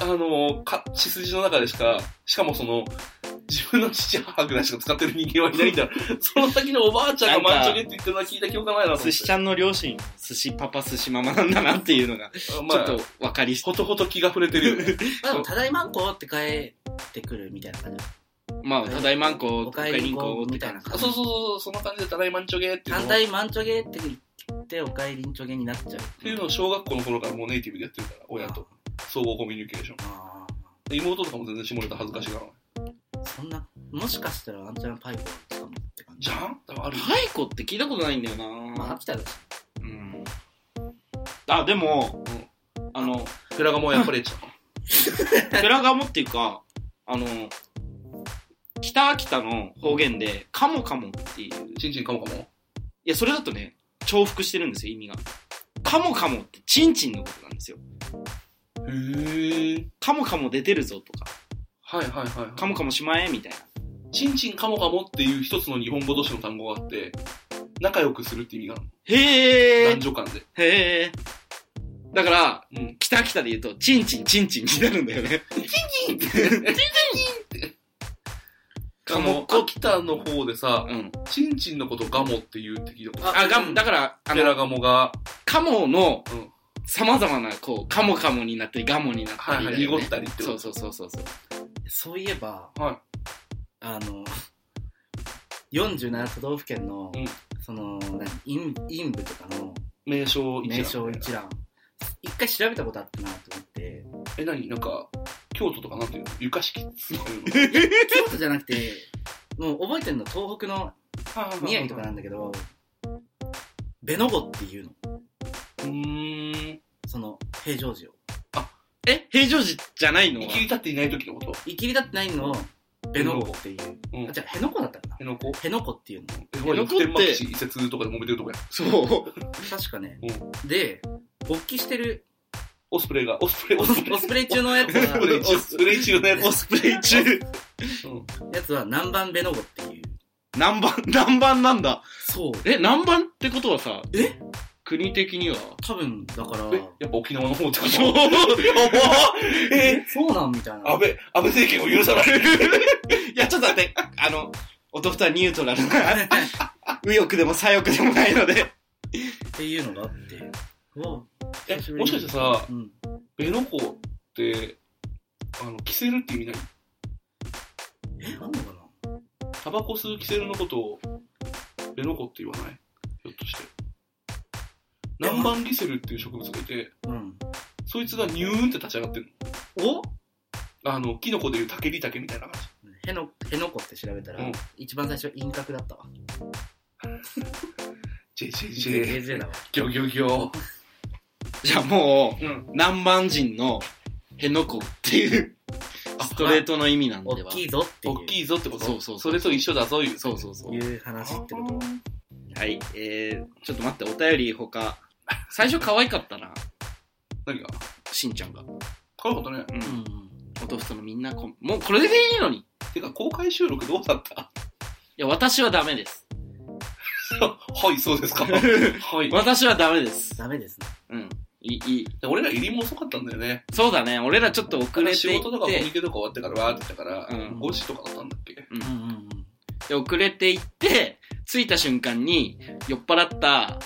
A: あの、か、血筋の中でしか、しかもその、自分の父母ぐらいしか使ってる人間はい <laughs> ないんだ。その先のおばあちゃんがマンチョゲって言ってるのは聞いた記憶がないなと思って。
B: 寿司ちゃんの両親、寿司パパ、寿司ママなんだなっていうのが、ち
A: ま
B: ょ
A: あ
B: っと分かりし
A: ほとほと気が触れてるよ <laughs> ね。
C: まあでも、ただいまんこって帰ってくるみたいな感じ。
B: まあ、ただいまんこ、
C: おかえりんこみたい
B: な。
C: な
A: そ
C: 感
A: う
C: じ
A: そ。うそうそう、そんな感じでただいまんちょげーっていうのを
C: 反対マンチョゲって言って、おかえりんちょげになっちゃう。
A: っていうのを小学校の頃からもうネイティブでやってるから、親と。総合コミュニケーション。
C: あ
A: で妹とかも全然下ネタ恥ずかしがらない。
C: あ、そんな、もしかしたらアンちゃんパイプを使うって感じ。
A: じゃん多分あるよ。
B: パイコって聞いたことないんだよな
C: まあ、秋田だし。
B: うん。あ、でも、あの、
A: フラガモはやっぱりちゃう。
B: ペラガモっていうか、あの、北秋田の方言で、カモカモっていう。
A: ちんちんかもかも。
B: いや、それだとね、重複してるんですよ、意味が。カモカモって、チンチンのことなんですよ。
A: へー。
B: カモカモ出てるぞとか、
A: はいはいはい、はい。
B: カモカモしまえ、みたいな。
A: ちんちんかもかもっていう一つの日本語同士の単語があって、仲良くするって意味がある
B: へ
A: の。
B: え
A: 男。女間で。
B: へえ。だから、
A: うん。
B: 北秋田で言うと、チンチン、チンチンになるんだよね。
A: か
B: <laughs> カ
A: も
B: モ、
A: 秋田の方でさ、
B: うん。
A: ちんちんのことガモって言うって聞いたこと
B: あ、ガム、だから、あ
A: ある。フラ
B: の、
A: ガモが、
B: カモの
A: うん、
B: 様々な、こう、カモカモになったり、ガモになった
A: は
B: り
A: い
B: だ
A: はい、
B: よね、
A: 濁ったりって
B: そ
A: こ
B: う
A: と。
B: そうそうそうそう。
C: そういえば、
A: はい
C: あの、47都道府県の、
A: うん
C: その、何、陰陰部とかの
A: 名称一覧。
C: 名称一覧、一回調べたことあったなと思って、
A: え、なになんか、京都とかなんていうの床式っつうの
C: 京都じゃなくて、 <laughs> もう覚えてるの東北の宮城とかなんだけど、ベノボっていうの。
A: うーん。
C: その、平常時を。
B: え平常時じゃないの
A: 生きり立っていない時のこと
C: 生きり立ってないのを、ベノボっていう。
A: うん
C: あ、じゃあ、ヘノコだったかな
A: 辺野古
C: ヘノコっていうの。
A: えほら、
B: 辺野古って
A: 普天間基地移設とかで揉めてるとこや。
B: <laughs> そう。
C: 確かね。で、勃起してる、
A: オスプレイが、オスプレイ、
C: オ
A: オ
C: ス
A: スプレイ。
C: オスプレイ中のやつが、
A: オスプレイ中のやつ。
B: オスプレイ中。
C: やつは南蛮ベノゴっていう。
B: 南蛮、 <laughs> 南蛮なんだ。
C: そう。
B: え、南蛮ってことはさ、
C: え
B: 国的には
C: 多分、だから、
A: え、やっぱ沖縄の方ってこ
B: そう
A: とえ
C: そうなんみたいな。
A: 安倍、安倍政権を許さない。
B: <laughs> いや、ちょっと待って、あの、男とはニュートラルな、 <laughs> 右翼でも左翼でもないので。
C: っていうのがあって。うわ
A: え
C: 久、ぶり
A: も
C: に
A: しかしてさ、
C: うん。
A: ベノコって、あの、キセルって意味ない
C: え、あんのかな
A: タバコ吸うキセルのことを、ベノコって言わないひょっとして。南蛮キセルっていう植物がいて、
C: うん。
A: そいつがニューンって立ち上がってる
C: お
A: の。あの、キノコでいうタケリタケみたいな感じ。
C: への、へのこって調べたら、
A: うん
C: 一番最初、輪郭だったわ。
A: ジェジェジェ、
C: JJ だわ。
A: ギョギョギョ。
B: じゃあもう、
A: うん。
B: 南蛮人の辺野古っていう、ストレートの意味なん
C: お
B: で
C: っ
B: は。
C: きいぞっていう
A: 大きいぞってこと
B: そうそうそう
A: れと一緒だぞ、いう。
B: そうそうそう。
C: いう話ってこと。
B: はい、えー、ちょっと待って、お便り他。最初可愛かったな、
A: 何が
B: しんちゃんが。
A: かわいかったね。
B: う。
C: うんん。
B: 弟とのみんなこん、もうこれでいいのに。い
A: てか、公開収録どうだった
B: や、私はダメです。
A: <laughs> はい、そうです
B: <laughs>
A: か。はい。
B: 私はダメです。
C: ダメですね。
B: うん。いい、いい。
A: 俺ら入りも遅かったんだよね。
B: そうだね、俺らちょっと遅れていって。
A: 仕事とかコミュニケとか終わってからわーって言ったから、
B: うん
A: 5時とかだったんだっけ
C: うんうん <laughs> うん。
B: で、遅れて行って、着いた瞬間に、酔っ払った、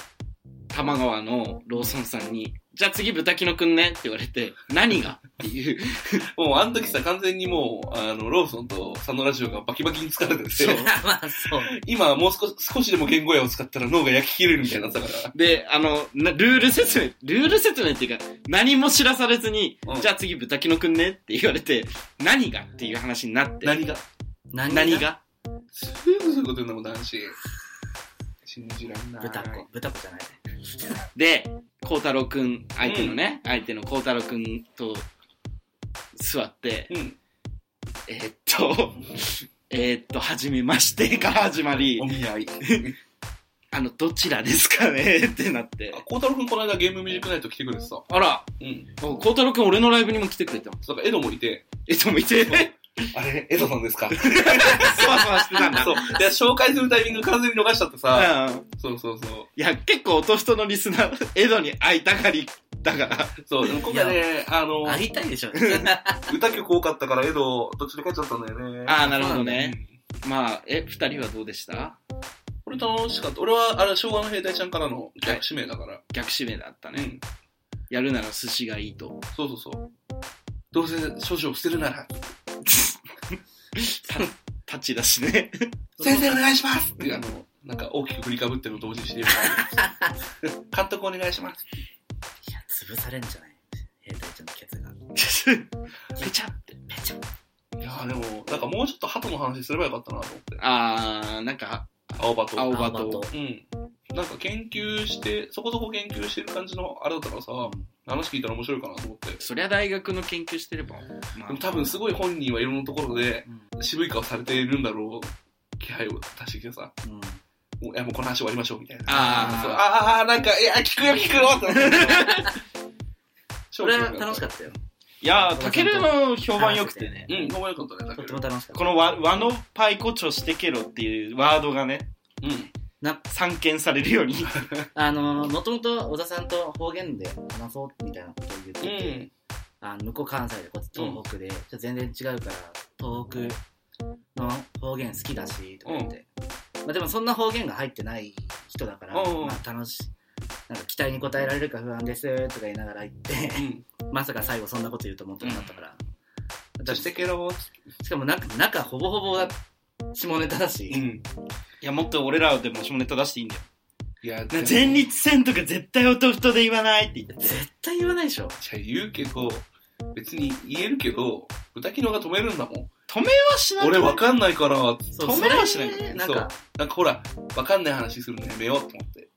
B: 玉川のローソンさんに、じゃあ次豚キノくんねって言われて、何がっていう。
A: もうあの時さ、完全にもう、あの、ローソンと佐野ラジオがバキバキに疲れてて、
B: そう
C: まあ、そう。
A: 今もう少し少しでも言語やを使ったら脳が焼き切れるみたいになってたから。
B: で、あの、なルール説明、ルール説明っていうか、何も知らされずに、
A: うん
B: じゃあ次豚キノくんねって言われて、何がっていう話になって。
A: 何が
C: 何
B: 何が
A: すぐそういうこと言うのも男子。信じらんない。
C: 豚子。豚子じゃないね。
B: で、孝太郎くん、相手のね、相手の孝太郎くんと、座って、
A: うん。
B: えーっと、 <laughs> えーっと、はじめましてから始まり
A: お、見合い。
B: あの、どちらですかねってなって
A: あ。孝太郎くんこの間ゲームミュージックナイト来てくれてさ。
B: あら、
A: うん。
B: お孝太郎くん俺のライブにも来てくれたの。
A: そうだからエドもいて、
B: えっと、見て、
A: あれ、エドさん
B: <laughs>
A: ですか
B: そわそわしてたんだ。
A: そう。いや、紹介するタイミング完全に逃しちゃってさ。
B: うん
A: そうそうそう。
B: いや、結構、弟のリスナー、江戸に会いたがりだから。
A: そう、でも今回ね、あの、
C: ありたいでしょ。
A: 歌曲多かったからエド、途中で帰っちゃったんだよね。
B: ああ、なるほど
A: うん
B: ね。。まあ、え、二人はどうでした
A: 俺楽しかった。俺は、あれ、昭和の兵隊ちゃんからの逆指名だから。
B: 逆指名だった
A: う
B: ね。
A: ん。
B: やるなら寿司がいいと。
A: そうそうそう。どうせ少々捨てるなら、
B: た、タッチだし <laughs> ね。
A: 先生お願いしますって、あの、なんか大きく振りかぶってるの同時にしてるから。監督お願いします。
C: いや、潰されんじゃない兵隊ちゃんのケツが。
B: ペチャって。
C: めちゃ
A: いやーでも、なんかもうちょっと鳩の話すればよかったなと思って。
B: あー、なんか、
A: 青葉と。
B: 青
C: 葉
B: 葉
C: と
B: と。
A: うん。なんか研究して、そこそこ研究してる感じのあれだったからさ、話聞いたら面白いかなと思って。
B: そりゃ大学の研究してれば。ま
A: でも多分すごい本人はいろんなところで
C: う
A: 渋い顔されているんだろう気配を出してきてさ、
C: ん。うん。
A: もういやもうこの話終わりましょうみたいな。
B: あー
A: そうあー、なんか、いや、聞くよ聞くよってなって。
C: それは楽しか
A: っ
C: ったよ。
B: いやー、たけるの評判良くてね。
A: た。うん、ごめんよかったね、だ
C: と
A: け
C: て
A: ど
C: も。楽しかった。
B: この和和のパイコチョしてけろっていうワードがね、
A: うん。
B: 散見されるよう <laughs> に。
C: あの、もともと小田さんと方言で話そうみたいなことを言って
A: う
C: て、
A: ん。
C: あの向こう関西でこっち東北で、ちょっと全然違うから、東北の方言好きだし、とか言って。まあでもそんな方言が入ってない人だから、
A: うんうん
C: まあ楽しい。なんか期待に応えられるか不安ですとか言いながら行って、
A: うん。
C: まさか最後そんなこと言うと思ってなかったから。
A: じゃ
C: だ
A: あ
C: し
A: してけろ
C: しかもなんか中ほぼほぼだ下ネタだし、
A: ん。
B: いや、もっと俺らでも下ネタ出していいんだよ。
A: いや、
B: な前立腺とか絶対弟で言わないって言って。
C: 絶対言わないでしょ。
A: じゃあ言うけど、別に言えるけど、歌機能が止めるんだもん。
B: はしない
A: 俺わかんないから、
C: そう
B: 止めはしない
C: それなん
A: そう
C: か、
A: なんかほら、わかんない話するのやめようと思って。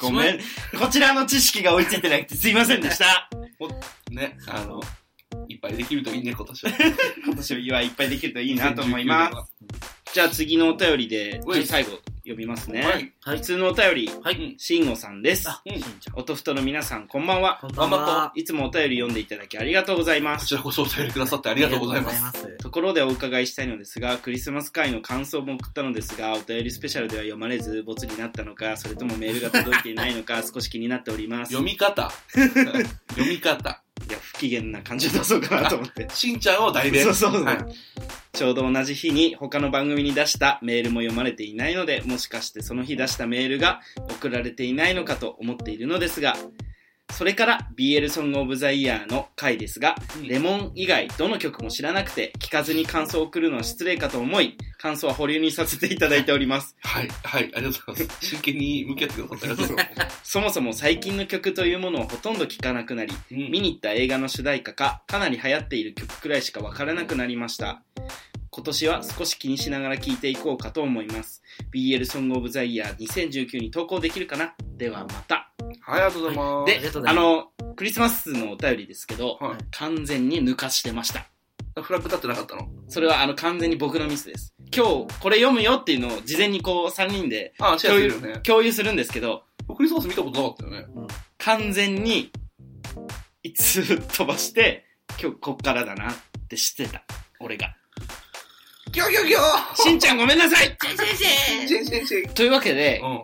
B: ごめん。こちらの知識が追いついてなくてすいませんでした。
A: ね、あの、いっぱいできるといいね、今年は。
B: 今年はいっぱいできるとい
A: い
B: いなと思います。じゃあ次のお便りで、
A: はい
B: 最後読みますね。
A: はい。
C: はい
B: 普。通のお便り、
C: はい。
A: うん
B: しんごさんです。
C: あ、
A: うん
C: しんちゃん。
B: おとふとの皆さん、こんばんは。
C: こんばんは。
B: いつもお便り読んでいただきありがとうございま
A: こ
B: す。
A: ちらこそお便りくださってあ
C: あ
A: りがとうございます。
C: す。
B: ところでお伺いしたいのですが、クリスマス会の感想も送ったのですが、お便りスペシャルでは読まれず、ボツになったのか、それともメールが届いていないのか、少し気になっております。
A: 読み方。読み方。
B: いや、不機嫌な感じを出そうかなと思って。
A: しんちゃんを代弁。
B: そうそうそう
A: はい。
B: ちょうど同じ日に他の番組に出したメールも読まれていないので、もしかしてその日出したメールが送られていないのかと思っているのですが、それから BL ソングオブザイヤーの回ですが、
A: うん
B: レモン以外どの曲も知らなくて、聞かずに感想を送るのは失礼かと思い、感想は保留にさせていただいております。
A: はい、はい、ありがとうございます。真剣に向き合ってくださってありがとうございます。
B: そもそも最近の曲というものをほとんど聞かなくなり、
A: うん
B: 見に行った映画の主題歌か、かなり流行っている曲くらいしかわからなくなりました。今年は少し気にしながら聴いていこうかと思います。BL ソングオブザイヤー2019に投稿できるかなではまた。
A: はい、ありがとうございます。
B: で
C: ありがとう、ご
B: あ
C: ざいま
B: の、クリスマスのお便りですけど、
A: は
B: 完全に抜かしてました。
A: い、フラッグ立ってなかったの
B: それはあの完全に僕のミスです。今日これ読むよっていうのを事前にこう3人で
A: ああ、シェアするよね。
B: 共有するんですけど、
A: クリスマス見たことなかったよね。
B: 完全にいつ飛ばして、今日こっからだなって知ってた。俺が。
A: ギョギョギョ
B: <laughs> しんちゃんごめんなさい
A: シェンシェンシェン。
B: というわけで、
A: うん。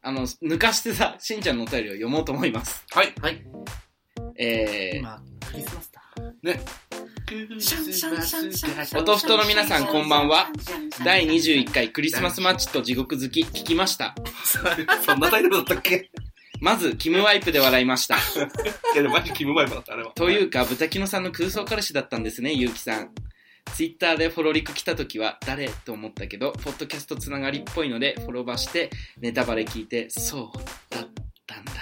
B: あの、抜かしてさ、しんちゃんのお便りを読もうと思います。
A: はい。
C: はい。
B: え
C: 今、クリスマスだ。
D: シャンシャンシャンシャン
B: おとふとの皆さんこんばんは。ー、第21
D: 21
B: 回クリスマスマッチと地獄好き聞きました。
A: そんなタイトルだったっけ
B: まず、キムワイプで笑いま <laughs> した。
A: いや、でもマジキムバイバだった、あれは。
B: というか、ブタキノさんの空想彼氏だったんですね、ゆうきさん。ツイッターでフォロリク来た時は誰と思ったけど、ポッドキャストつながりっぽいので、フォロバして、ネタバレ聞いて、そうだったん <laughs> だ。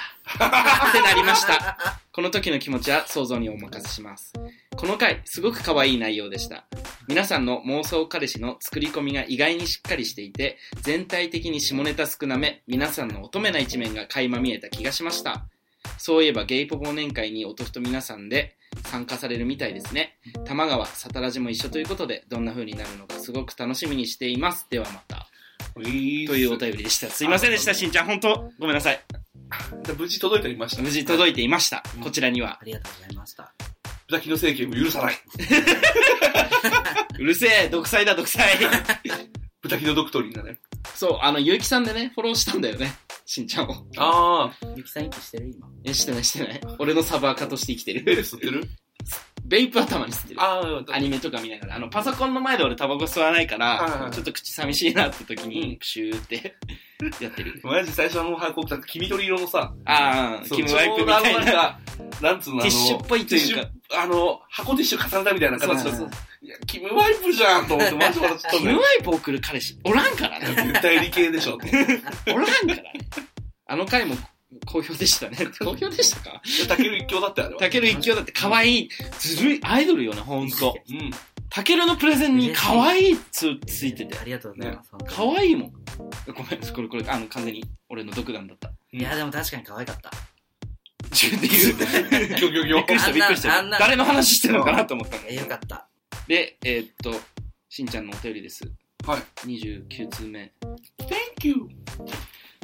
B: ってなりました。この時の気持ちは想像にお任せします。この回、すごく可愛い内容でした。皆さんの妄想彼氏の作り込みが意外にしっかりしていて、全体的に下ネタ少なめ、皆さんの乙女な一面が垣間見えた気がしました。そういえばゲイポ忘年会におとふと皆さんで参加されるみたいですね。玉川、サタラジも一緒ということで、どんな風になるのかすごく楽しみにしています。ではまた。
A: とい
B: というお便りでした。すいませんでした、しんちゃん。本当ごめんなさい。
A: じゃあ無事届いてりました。
B: 無事届いていました。こちらには。
C: ありがとうございました。
A: 豚キの政権も許さない。
B: うるせえ、独裁だ、独裁。
A: 豚キのドクトリンだね。
B: そう、あの、ゆうきさんでね、フォローしたんだよね。しんちゃんを。
A: ああ、
C: ゆきさん、息してる今。
B: え、してない、してない。俺のサバー化として生きて
A: ベ
B: る。 <laughs>
A: レス吸ってる
B: ベイプ頭に吸ってる。
A: ああ、
B: アニメとか見ながら、あの、パソコンの前で俺タバコ吸わないか
A: はいは
B: ら、
A: い
B: ちょっと口寂しいなって時
A: う
B: に
A: ん、
B: プシューって
A: <laughs>
B: やってる。
A: マジ最初あの箱さ、黄緑色のさ、
B: ああ、
A: そう
B: キムワイプみたい
A: ちょうどあのな
B: な。
A: んかなんつうの、あの
B: ティッシュっぽいというか
A: ティッシュあの、箱ティッシュ重ねたみたいな形だ
B: そうそう
A: いや、キムワイプじゃんと思って、マジ笑っちゃった
B: キ
A: ん
B: ム
A: だ
B: ワ
A: よ。
B: イプ送る彼氏、おらんからね。
A: 絶対理系でしょ。
B: おらんからね。あの回も好評でした
A: <laughs>
B: ね。好評でしたか
A: タケル一強だってあれは。
B: タケル一強だって可愛い。ずるい、アイドルよね、ほんと。
A: うん。
B: タケルのプレゼンに可愛いつ、ついてて
C: あ。りがとうございます。
B: 可
C: い
B: 愛いもん。ごめん、これ、これ、あの、完全に俺の独断だった。
C: い。いや、でも確かに可愛かった。
B: 自分で言う。
A: ギョギョギ
B: び
A: ョ
B: っく。
A: <laughs>
B: りした、びっくりし
C: あ
B: た。
C: んな
B: 誰の話してんのかなと思ったの
C: え、よかった。
B: で、えーっと、しんちゃんのお便りです。
A: はい。
B: 29通目。
A: Thank you!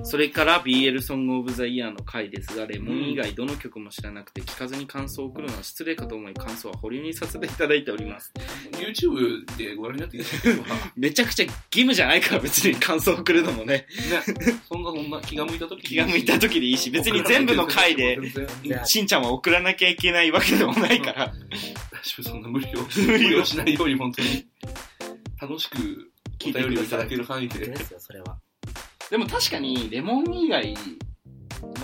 B: それから BL ソングオブザイヤーの回ですが、レモン以外どの曲も知らなくて聞かずに感想を送るのは失礼かと思い、感想は保留にさせていただいております。
A: YouTube でご覧になっていただければ、
B: めちゃくちゃ義務じゃないから別に感想を送るの
A: <laughs>
B: も
A: ね、
B: ね、
A: そんなそんな気が向いた時
B: 気が向いた時でいいし、別に全部の
A: <laughs>
B: 回で、
C: じゃあ、
B: しんちゃんは送らなきゃいけないわけでもないから、
A: 大丈夫、そんな無理を。
B: <laughs> 無
A: 無
B: 理
A: 理
B: を
A: をしないように、本当に。楽しく、お便りをいただける範囲
C: 本当
A: で
C: で。すよ、それは。
B: でも確かに、レモン以外、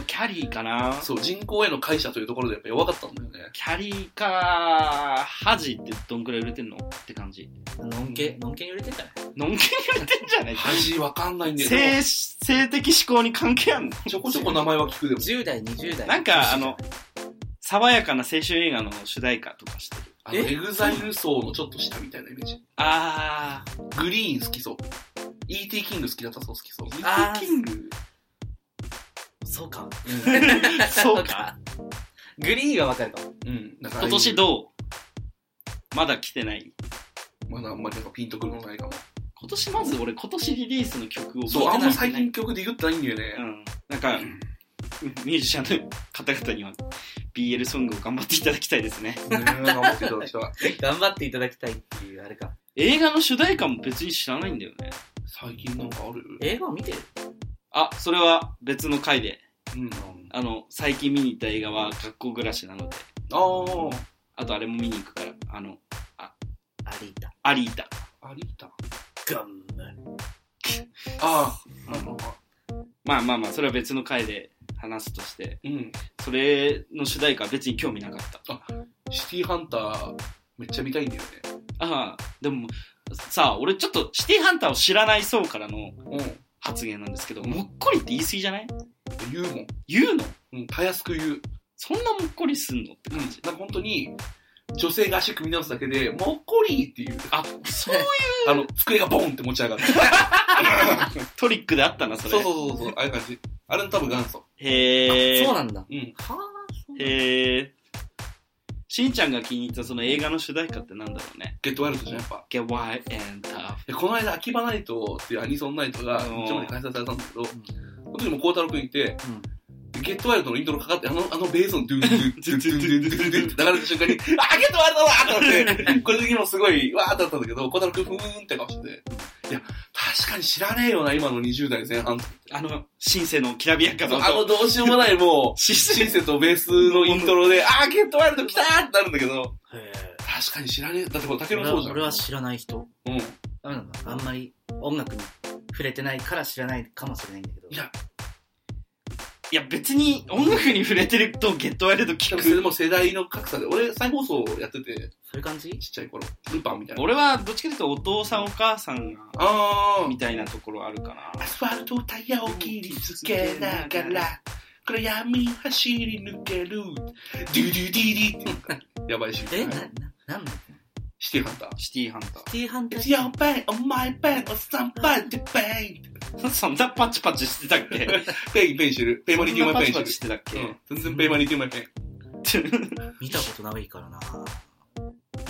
B: キャリーかな
A: そう、人口への会社というところでやっぱ弱かったんだよね。
B: キャリーか、ハジってどんくらい売れてんのって感じ。
C: のんけ、のんけに売れてんじゃない
B: のんけに売れてんじゃない
A: 恥わかんないんだよ。で
B: 性、性的思考に関係あんの
A: もちょこちょこ名前は聞くでも。
C: ?10 代、20代。
B: なんか、あの、爽やかな青春映画の主題歌とかしてる。
A: あの、
C: え
A: エグザイル層のちょっと下みたいなイメージ。
B: あー、
A: グリーン好きそう。E.T. キング好きだったそう、好きそう。
C: あー
A: E.T. キング
C: そうか。
B: そうか。
C: グリーがわかるかも。
A: うん。なんか
B: 今年
A: う
B: どうまだ来てない
A: まだあんまりなんかピンとくるのないかも。
B: 今年まず俺今年リリースの曲を
A: そう、
B: 聞
A: あ
B: い
A: ん
B: てな
A: ま
B: い
A: 最近曲でグってないんだよね。
B: うん。なんか、ミュージシャンの方々には BL ソングを頑張っていただきたいですね。
A: ねえ頑張っていただきたい。
C: 頑張っていただきたいっていう、あれか。
B: 映画の主題歌も別に知らないんだよね。
A: 最近なんかある
C: 映画を見てる
B: あ、それは別の回で。
A: うん。
B: あの、最近見に行った映画は学校暮らしなので。
A: あ
B: あとあれも見に行くから。あの、
C: アリータ。
B: アリータ。
A: あ、アリータ。
C: ガンム。
A: ああ、
B: う
A: あ
B: ん
A: の、
B: まあまあまあ、それは別の回で話すとして。
A: うん。
B: それの主題歌は別に興味なかった。
A: シティハンター、めっちゃ見たいんだよね。
B: ああ、でも、さあ、俺ちょっとシティハンターを知らない層からの
A: うん。
B: 発言なんですけど、もっこりって言い過ぎじゃない
A: 言うもん。
B: 言うの
A: うん、たやすく言う。
B: そんなもっこりすんのって
A: うん。な
B: 感
A: ん
B: じ。
A: か本当に、女性が足組み直すだけで、もっこりっていう。
B: あ、そういう
A: あの、机がボンって持ち上がる。
B: トリックであったな、それ。
A: <laughs> そうそうそうそう、ああいう感じ。あれの多分元祖。
B: へえ。
C: そうなんだ。
A: うん。
C: はあ、そうなんだ。
B: へえ。しんちゃんが気に入ったその映画の主題歌ってなんだろうね。
A: ゲットワイルドじゃん、やっぱ。
B: Get Wild and Tough。
A: で、この間、秋葉ナイトっていうアニソンナイトが、
B: うん
A: 一応まで開催されたんだけど、その時も孝太郎くんいて、でゲットワイルドのイントロかかって、あの、あのベースのドゥンドゥンドゥンドゥンドゥンドゥンって流れた瞬間に、あー、ゲットワイルドだーと思って、これ的にもすごい、わーってなったんだけど、孝太郎くんふーんって顔してて、いや、確かに知らねえよな、今の20代前半。
B: あの、シンセのきらびやかな
A: あの、ど
B: 音。
A: うしようもない、も
B: <laughs>
A: う、
B: シン
A: シ
B: セ
A: ンセとベースのイントロで、あー、ゲットワイルド来たーってなるんだけど、
C: へ
A: 確かに知らねえ、だってこれ、竹
C: え。
A: 野
C: 俺
A: そうじ
C: は
A: ゃん
C: 俺。は知らない人。
A: うん。い
C: ダメなんだ。あんまり音楽に触れてないから知らないかもしれないんだけど。
A: や、
B: いや、別に音楽に触れてると Get Wild 聞
A: でもそれ
B: く。
A: でも世代の格差で、俺再放送やってて、
C: そういう感じ
A: ちっちゃい頃、ルパンみたいな。
B: 俺はどっちかというとお父さんお母さんが、
A: あ
B: みたいなところあるかな
A: あ。アスファルトタイヤを切りつけながら、暗闇走り抜ける、ドゥドゥディディって。やばいし。
C: え、な、な、なんだ
A: シティハンター。
B: シティハンター。
C: シティーハンター
A: It's your pain on my pain on somebody pain.
B: <laughs> そんなパチパチしてたっ <laughs> け
A: ペイン、ペインしてる。ペイマニティーマイペイン
B: そんなパチパチ
A: し
B: しててたっけ、
A: る。うん。全然ペイマニティーマイペイン。
B: <laughs>
C: 見たことないからな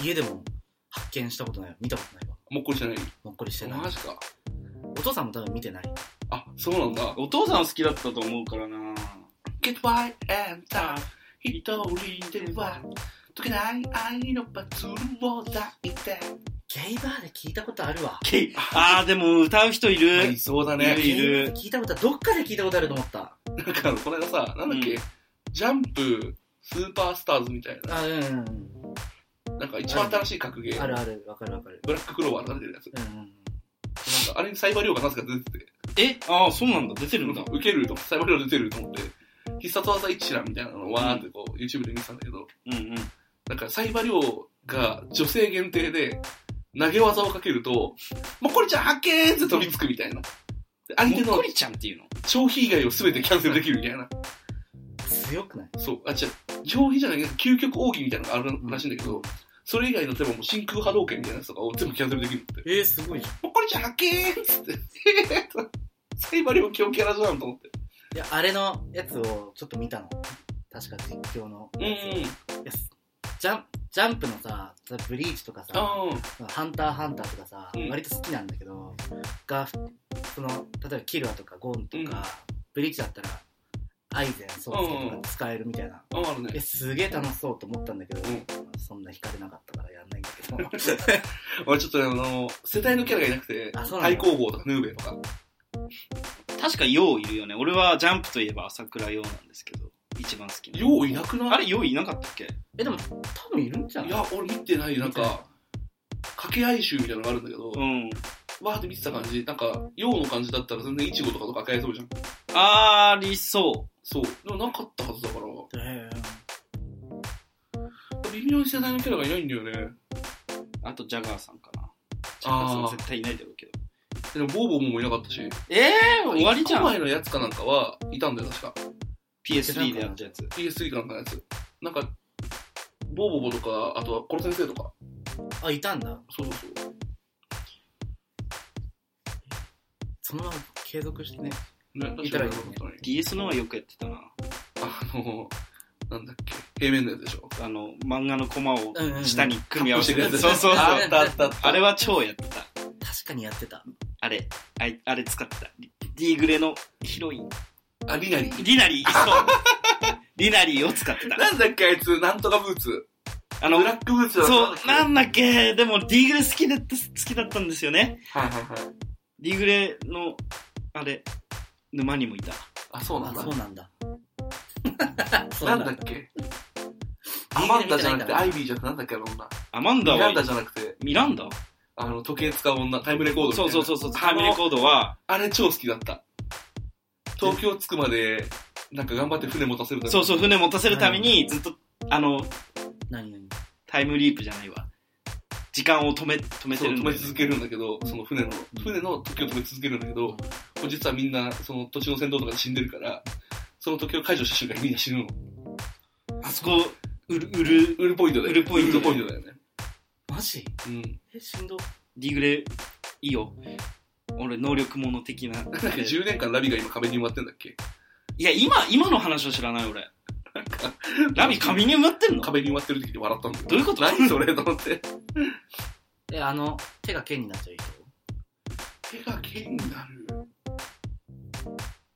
C: 家でも発見したことないわ見たことないわ
A: もっこりしてない。
C: もっこりしてない
A: マジか。
C: お父さんも多分見てない
A: あ、そうなんだ。
B: お父さんは好きだったと思うからな
D: Get by and down 一人では溶けない愛のパズルを抱いて
C: ゲイバーで聞いたことあるわ
B: けあーでも歌う人い
A: まあ
B: る
A: いそうだ
B: い
A: ね。
B: るいる
C: ゲイバーで聞いたことあるどっかで聞いたことあると思った
A: なんかあの、この間さ、なんだっけ、
B: うん
A: ジャンプ、スーパースターズみたいな。
C: あうんうんうん
A: なんか一番新しい格ゲ
C: あ
A: ー。
C: るあるわかるわかる
A: ブラッククローバーとか出てるやつ。
C: うんう
A: な
C: ん
A: んか、あれにサイバー量がなぜか出てて、
B: えああそうなんだ出てるんだ
A: 受けると、サイバー量出てると思って、必殺技一覧みたいなのをわーってこう、YouTube で見てたんだけど、
B: うんうん
A: なんか、サイバー量が女性限定で、投げ技をかけると、もっこりちゃん発見って飛びつくみたいな。で相手
B: もっこ
A: の
B: りちゃんっていうの
A: 消費以外を全てキャンセルできるみたいな。
C: 強くない
A: そう、あ、違う、消費じゃない、究極奥義みたいなのがあるらしいんだけど、それ以外の、例えばもう真空波動拳みたいなやつとかを全部キャンセルできるって。
C: えー、すごいじゃん
A: もうこれじゃ発見っつ <laughs> って、えーと、サイバリオ強キャラじゃんと思って。
C: いやあれのやつをちょっと見たの確か実況の
A: うんうん。
C: やつジャンジャンプのさブリーチとかさ
A: あ
C: ハンターハンターとかさ、
A: うん
C: 割と好きなんだけど、が、その、例えばキルアとかゴンとか、ブリーチだったら、アイゼン、ソースケとか使えるみたいな。
A: あ、あある
C: え、
A: ね。
C: すげえ楽しそうと思ったんだけど、
A: うん
C: そんな惹かれなかったからやんないんだけ
A: <laughs>
C: ど。
A: 俺ちょっとねあの、世代のキャラがいなくて、
C: あそうなんだ
A: 対抗棒とかヌーベとか。
B: 確かよういるよね俺はジャンプといえば朝倉ようなんですけど一番好きな
A: よういなくない
B: あれよういなかったっけ
C: え、でも、多分いるんじゃない
A: いや、俺見てない、なんか、掛け合い集みたいなのがあるんだけど、
B: うん
A: わーって見てた感じ、なんか、ようの感じだったら全然イチゴとかと掛け合いそうじゃん。
B: ありそ
A: そう。でもなかったはずだから。
C: え
A: 微妙に世代のキャラがいないんだよね。
B: うあとジャガーさんかなジャガーさんは絶対いないだろうけど
A: でも、ボーボーもいなかったし。
B: えー、終わりじゃ
A: 一個
B: ん
A: 前のやつかなんかは、いたんだよ、確か。
B: PS3 でやったやつ
A: PS3 かなんかのやつ。なんか、ボーボーボーとか、あとは、コロ先生とか。
C: ーあ、いたんだ。
A: そうそうそう。
C: そのまま継続してね。
A: ね、
C: いたらいいね
A: 確かに
B: DS のはよくやってたな
A: あの、なんだっけ、平面のやつでしょ。
B: あの漫画のコマを
C: うんうんうん
B: 下に組み合わせて、
A: うんうんうん
B: そうそうそう
A: あ
B: あ
A: ったあったあった
B: れは超やってた
C: 確かにやってた。
B: あれあいあれ使ってたリ D グレのヒロイン
A: あ、リナリ
B: リナリ
A: <laughs>
B: ーそうリナリーを使ってた
A: なんだっけ、あいつ、なんとかブーツ。
B: あ
A: ブ
B: の
A: ラックブーツだ
B: そうな
A: なん
B: んだっけでも D グレ好きだった好きだったんですよね
A: はいはいはい。
B: D グレのあれ沼にもいた
A: あ、そうなん
C: あ
A: だ。
C: そうなんだ。 <laughs> そ
A: <laughs>
C: う
A: なんだっけ。アマンダじゃなくて、アイビーじゃなくて、なんだっけ、あの女。
B: アマンダ
A: ミラ
B: は
A: ンダじゃなくて、
B: ミランダ
A: あの、時計使う女、タイムレコードみたい
B: そ
A: な。
B: うそうそうそう
A: あの
B: タイムレコードは
A: あれ超好きだった。東京着くまで、なんか頑張って船持たせるため
B: そうそう船持たせるためにずっとあの
C: 何何
B: タイムリープじゃないわ時間を止め止めて
A: そう
B: るん
A: 止め
B: だよね
A: 続けるんだけど、その船の
C: う、ん
A: 船の時を止め続けるんだけど、実はみんな、その土地の戦闘とかで死んでるから、その時を解除した瞬間にみんな死ぬの。
B: あそこ、うる、うる、
A: ウルポイントだよね。
B: ウルポイント
A: ウルポイントだよね。
C: マジ
A: うん。
C: え、しんど。
B: ディグレ、いいよ。俺、能力者的な。
A: なんか10年間ラビが今壁に埋まってんだっけ
B: いや、今、今の話は知らない、俺。ラビ、紙に埋まってんの
A: 壁に埋まってる時に笑ったんだよ。
B: どういうこと
A: 何それと思って。
C: え、あの、手が剣になっちゃう人
A: 手が剣になる。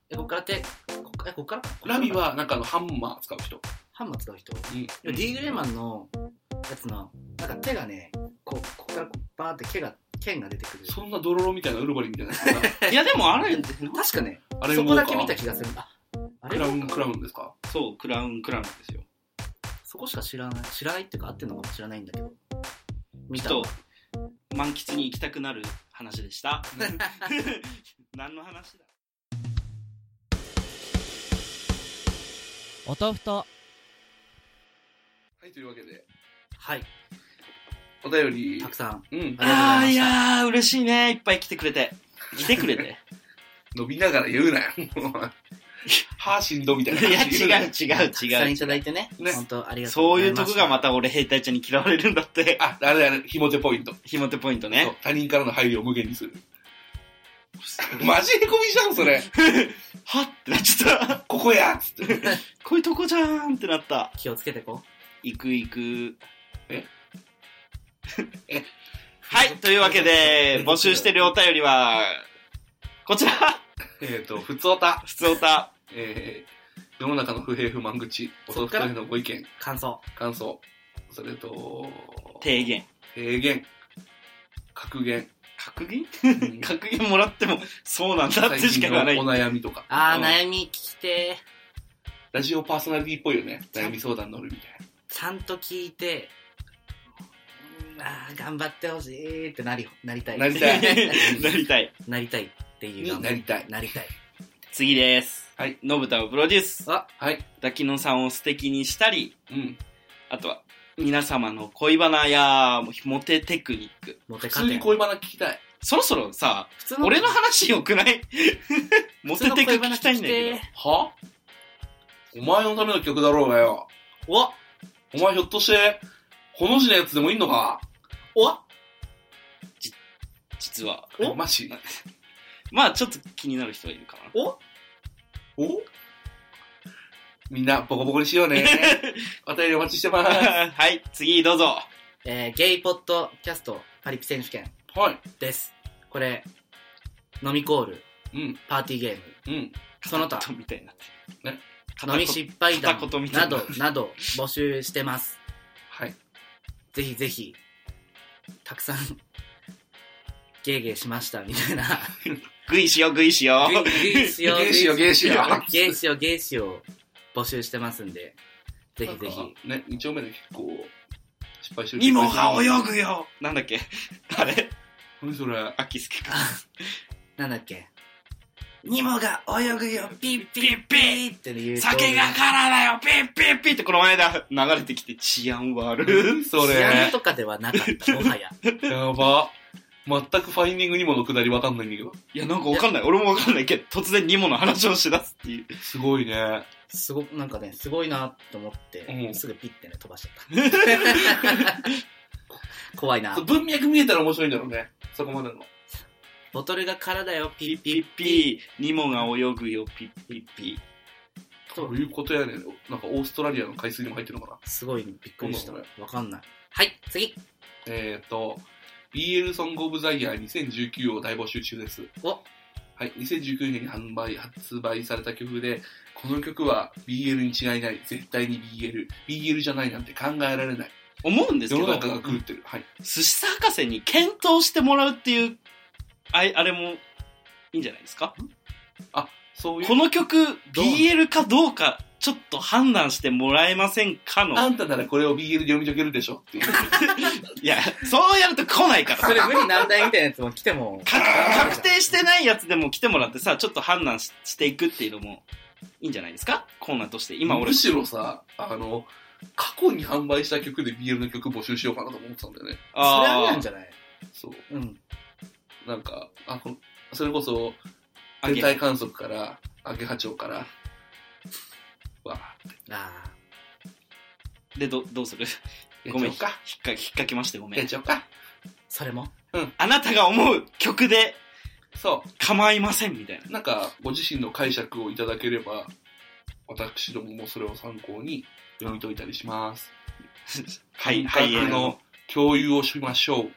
C: え、こっから手、こっかえ、こっから
A: ラビ、は、なんかあの、ハンマー使う人。
C: ハンマー使う人
A: うん。
B: うん
C: D グレーマンのやつのなんか手がねこうここからこうバーって毛が剣が出てくる
A: そんなドロロみたいなウルバリンみたいなやつが。
B: いや、でも、あれ、
C: 確かね
A: あれ
C: そこだけ
A: ウォ
C: 見
A: ーカ
C: た
A: ー
C: 気がするああ
A: ク
C: れ
A: ラウン、クラウンですか
B: そう、クラウン、クラウンですよ。
C: そこしか知らない知らないっていうか合ってるのかもしれないんだけど見た
B: ちょっと、満喫に行きたくなる話でした。何の話だ
E: お豆腐と
A: はい、というわけで、
C: はい
A: お便り
C: たく、さん
A: うん、
C: あ
B: あー、い
C: りが
B: やー、嬉しいね。いっぱい来てくれて。来てくれて。
A: 伸びながら言うなよ。 <laughs> はぁ、しんどみたいない
B: や、
A: 感じで言うな
B: 違
A: よ
B: う、違う、
C: たくさん
B: 違
C: いただいてね
A: ね
C: 本当あり
B: う。
C: がとう
B: そ
C: ご
B: うい
C: ざいうま
B: と
C: す
B: こがまた俺、兵隊ちゃんに嫌われるんだって。
A: あ、あれあれ、ひもてポイント。
B: ひもてポイン
A: そ
B: ト
A: う
B: ね。
A: 他人からの配慮を無限にする。マジへこみじゃん、それ。
B: はっってなっちゃった。
A: ここやっつって。
B: こういうとこじゃーんってなった。
C: 気をつけてこ
B: 行く行く。
A: え
B: えはい、というわけで、募集してるお便りは、こちら、
A: <laughs> えっと、ふつおた。
B: 普通おた。
A: えー、世の中の不平不満口、お豆腐へのご意見
C: う、感想
A: 感想、それと、
B: 提言。
A: 提言、格 <laughs> 言、
B: 格言
A: うん
B: 格言もらっても、そうなんだっ
A: 最
B: てしか
A: 近
B: 言わない
A: のお。悩みとか。
C: ああ、
A: うん
C: 悩み聞きて
A: ラジオパーソナリティっぽいよね。悩み相談乗るみたいな。
C: ちゃんと聞いてうんああ頑張ってほしいってなりなりたい
A: なり
C: <laughs>
A: たい
B: なりたい。
C: なりたいっていう
A: になりたい。
C: なりたい
B: 次です。
A: はい。
B: のぶたをプロデュース。
C: あ
A: はい。
B: ダキノさんを素敵にしたり、
A: うん。
B: あとは、皆様の恋バナや、モテテクニック。
C: モテ
A: 普
C: カ
A: 通に恋バナ聞きたい。
B: そろそろさ、
C: 普通
B: 俺の話よくない
A: <laughs>
B: モテテク聞きたいんだけど。
A: はお前のための曲だろうがよ。
C: どお
A: お前ひょっとして、この字のやつでもいいのか
C: お
B: 実は。
A: おマジ
B: まあちょっと気になる人がいるかな。
A: おみんなボコボコにしよう
C: <laughs>
A: ね。お便りお待ちしてます。
B: <laughs> はい、次どうぞ。
C: えー、ゲイポッドキャストパリピ選手権
A: はい。
C: ですこれ飲みコール
A: うん。
C: パーティーゲーム
A: うん。
C: その他
B: 片言みたいになってる
A: ね
B: 片
C: 飲み
B: 言
C: 失敗談
B: 片言みた
C: ない
B: な
C: どなど募集してます
A: はい。
C: ぜひぜひたくさんゲーゲーしましたみたいな
B: グイしよう、グイしよう。
C: ゲイしよう
A: ゲイしようゲイしよう
C: ゲイしようゲイしよう募集してますんでぜひぜひ
A: ひ。ね、二丁目で結構、失敗してる。
B: ニモが泳ぐよなんだっけ <laughs> あれ
A: 何それ。
B: アキスケか。
C: <laughs> なんだっけニモが泳ぐよピッピッピッって言うと
B: 酒がからだよピッピッピッってこの前だ流れてきて治安悪い。
A: そ
C: 治安
A: れ。
C: とかではなかったもはや
A: やば。全くファインディングにものくだりわかんないんだけど。
B: いや、なんかわかんない。俺もわかんないけど、突然ニモの話をしだすっていう。
A: すごいね。
C: すごなんかねすごいなって思って、
A: うん
C: すぐピッてね飛ばしちゃった <laughs> 怖いな
A: そう文脈見えたら面白いんだろうね。そこまでの。
C: ボトルが空だよ
B: ピ
C: ピッ
B: ッ
C: ピ
B: ピ
C: ッ
B: ッピー、ニモが泳ぐよピッピッピ
A: どういうことやねん。なんかオーストラリアの海水にも入ってるのかな。
C: すごいびっくりした
A: どん
C: わ
A: どん
C: かんないはい次
A: えっ、と、BL ソングオブザイヤー2019を大募集中です。
C: お
A: はい、2019年に販売、発売された曲で、この曲は BL に違いない、絶対に BL、BL じゃないなんて考えられない。
B: ー。思うんです
A: 世
B: け
A: の中
B: ど、
A: が狂ってる。はい。
B: 寿司さん博士に検討してもらうっていう、あいあれもいいんじゃないですか
A: そういう、
B: この曲、BL かどうか、ちょっと判断してもらえませんかの。
A: あんたならこれを BL で読み解けるでしょっていう。
B: いや、そうやると来ないから。 <laughs>
C: それ無理難題みたいなやつも来ても <laughs>
B: 確確定してないやつでも来てもらってさ、ちょっと判断ししていくっていうのもいいんじゃないですかコーナーとして。今俺
A: む、しろさ、あの、過去に販売した曲で BL の曲募集しようかなと思ってたんだよね。
C: それは無理
B: あ
C: なん
B: ー
C: じゃない
A: そう。
C: うん
A: なんか、あ、このそれこそ、
B: あ
A: 天
B: げ
A: 体観測から、アゲハチョウから、わ
C: あ
B: で、ど、どうする
A: やっ
B: ご
A: ち
B: め
A: ゃお
B: ん、
A: う
B: ひっ
A: か
B: か、。引っかきましてごめ
A: やっ
B: ん。
A: ちゃおうか。
C: ーそれも <laughs>
B: あなたが思う曲で
A: そ
B: 構いませんみたいな
A: <laughs> う。。なんか、ご自身の解釈をいただければ、私どももそれを参考に読み解いたりします。
B: ハイ、ハ
A: 感
B: イエ
A: 覚
B: ナの
A: の、共有をしましょう。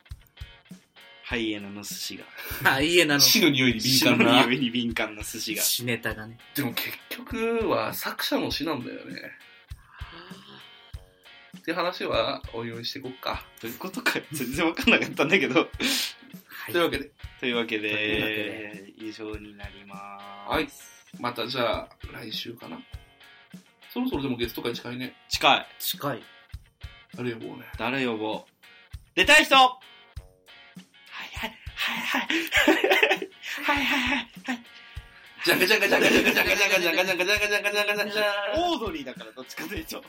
B: ハイエナの寿司が。
C: あ家なの
A: 死の匂いに敏感
B: 白
A: な
B: の。匂いに敏感な寿
C: <laughs>
B: 司が。
C: 死ネタがね
A: でも結局は作者の死なんだよね。って話はおいおいしていこっか。
B: どういうことか全然わかんなかったんだけど。
C: は
A: というわけで、
B: というわけ
C: というわ
B: で、以上になります。
A: はい。またじゃあ来週かな。そろそろでもゲスト会近いね。
B: 近い。
C: 近い
A: あれやもうね。
B: 誰呼ぼう出たい人はいはいはいはいはいはいはい
A: じゃんかじゃんかじゃんかじゃんかじゃんかじゃんかじゃんかじゃんかじゃんかじゃんかじゃんかじゃん。
B: オードリーだからどっちかというと。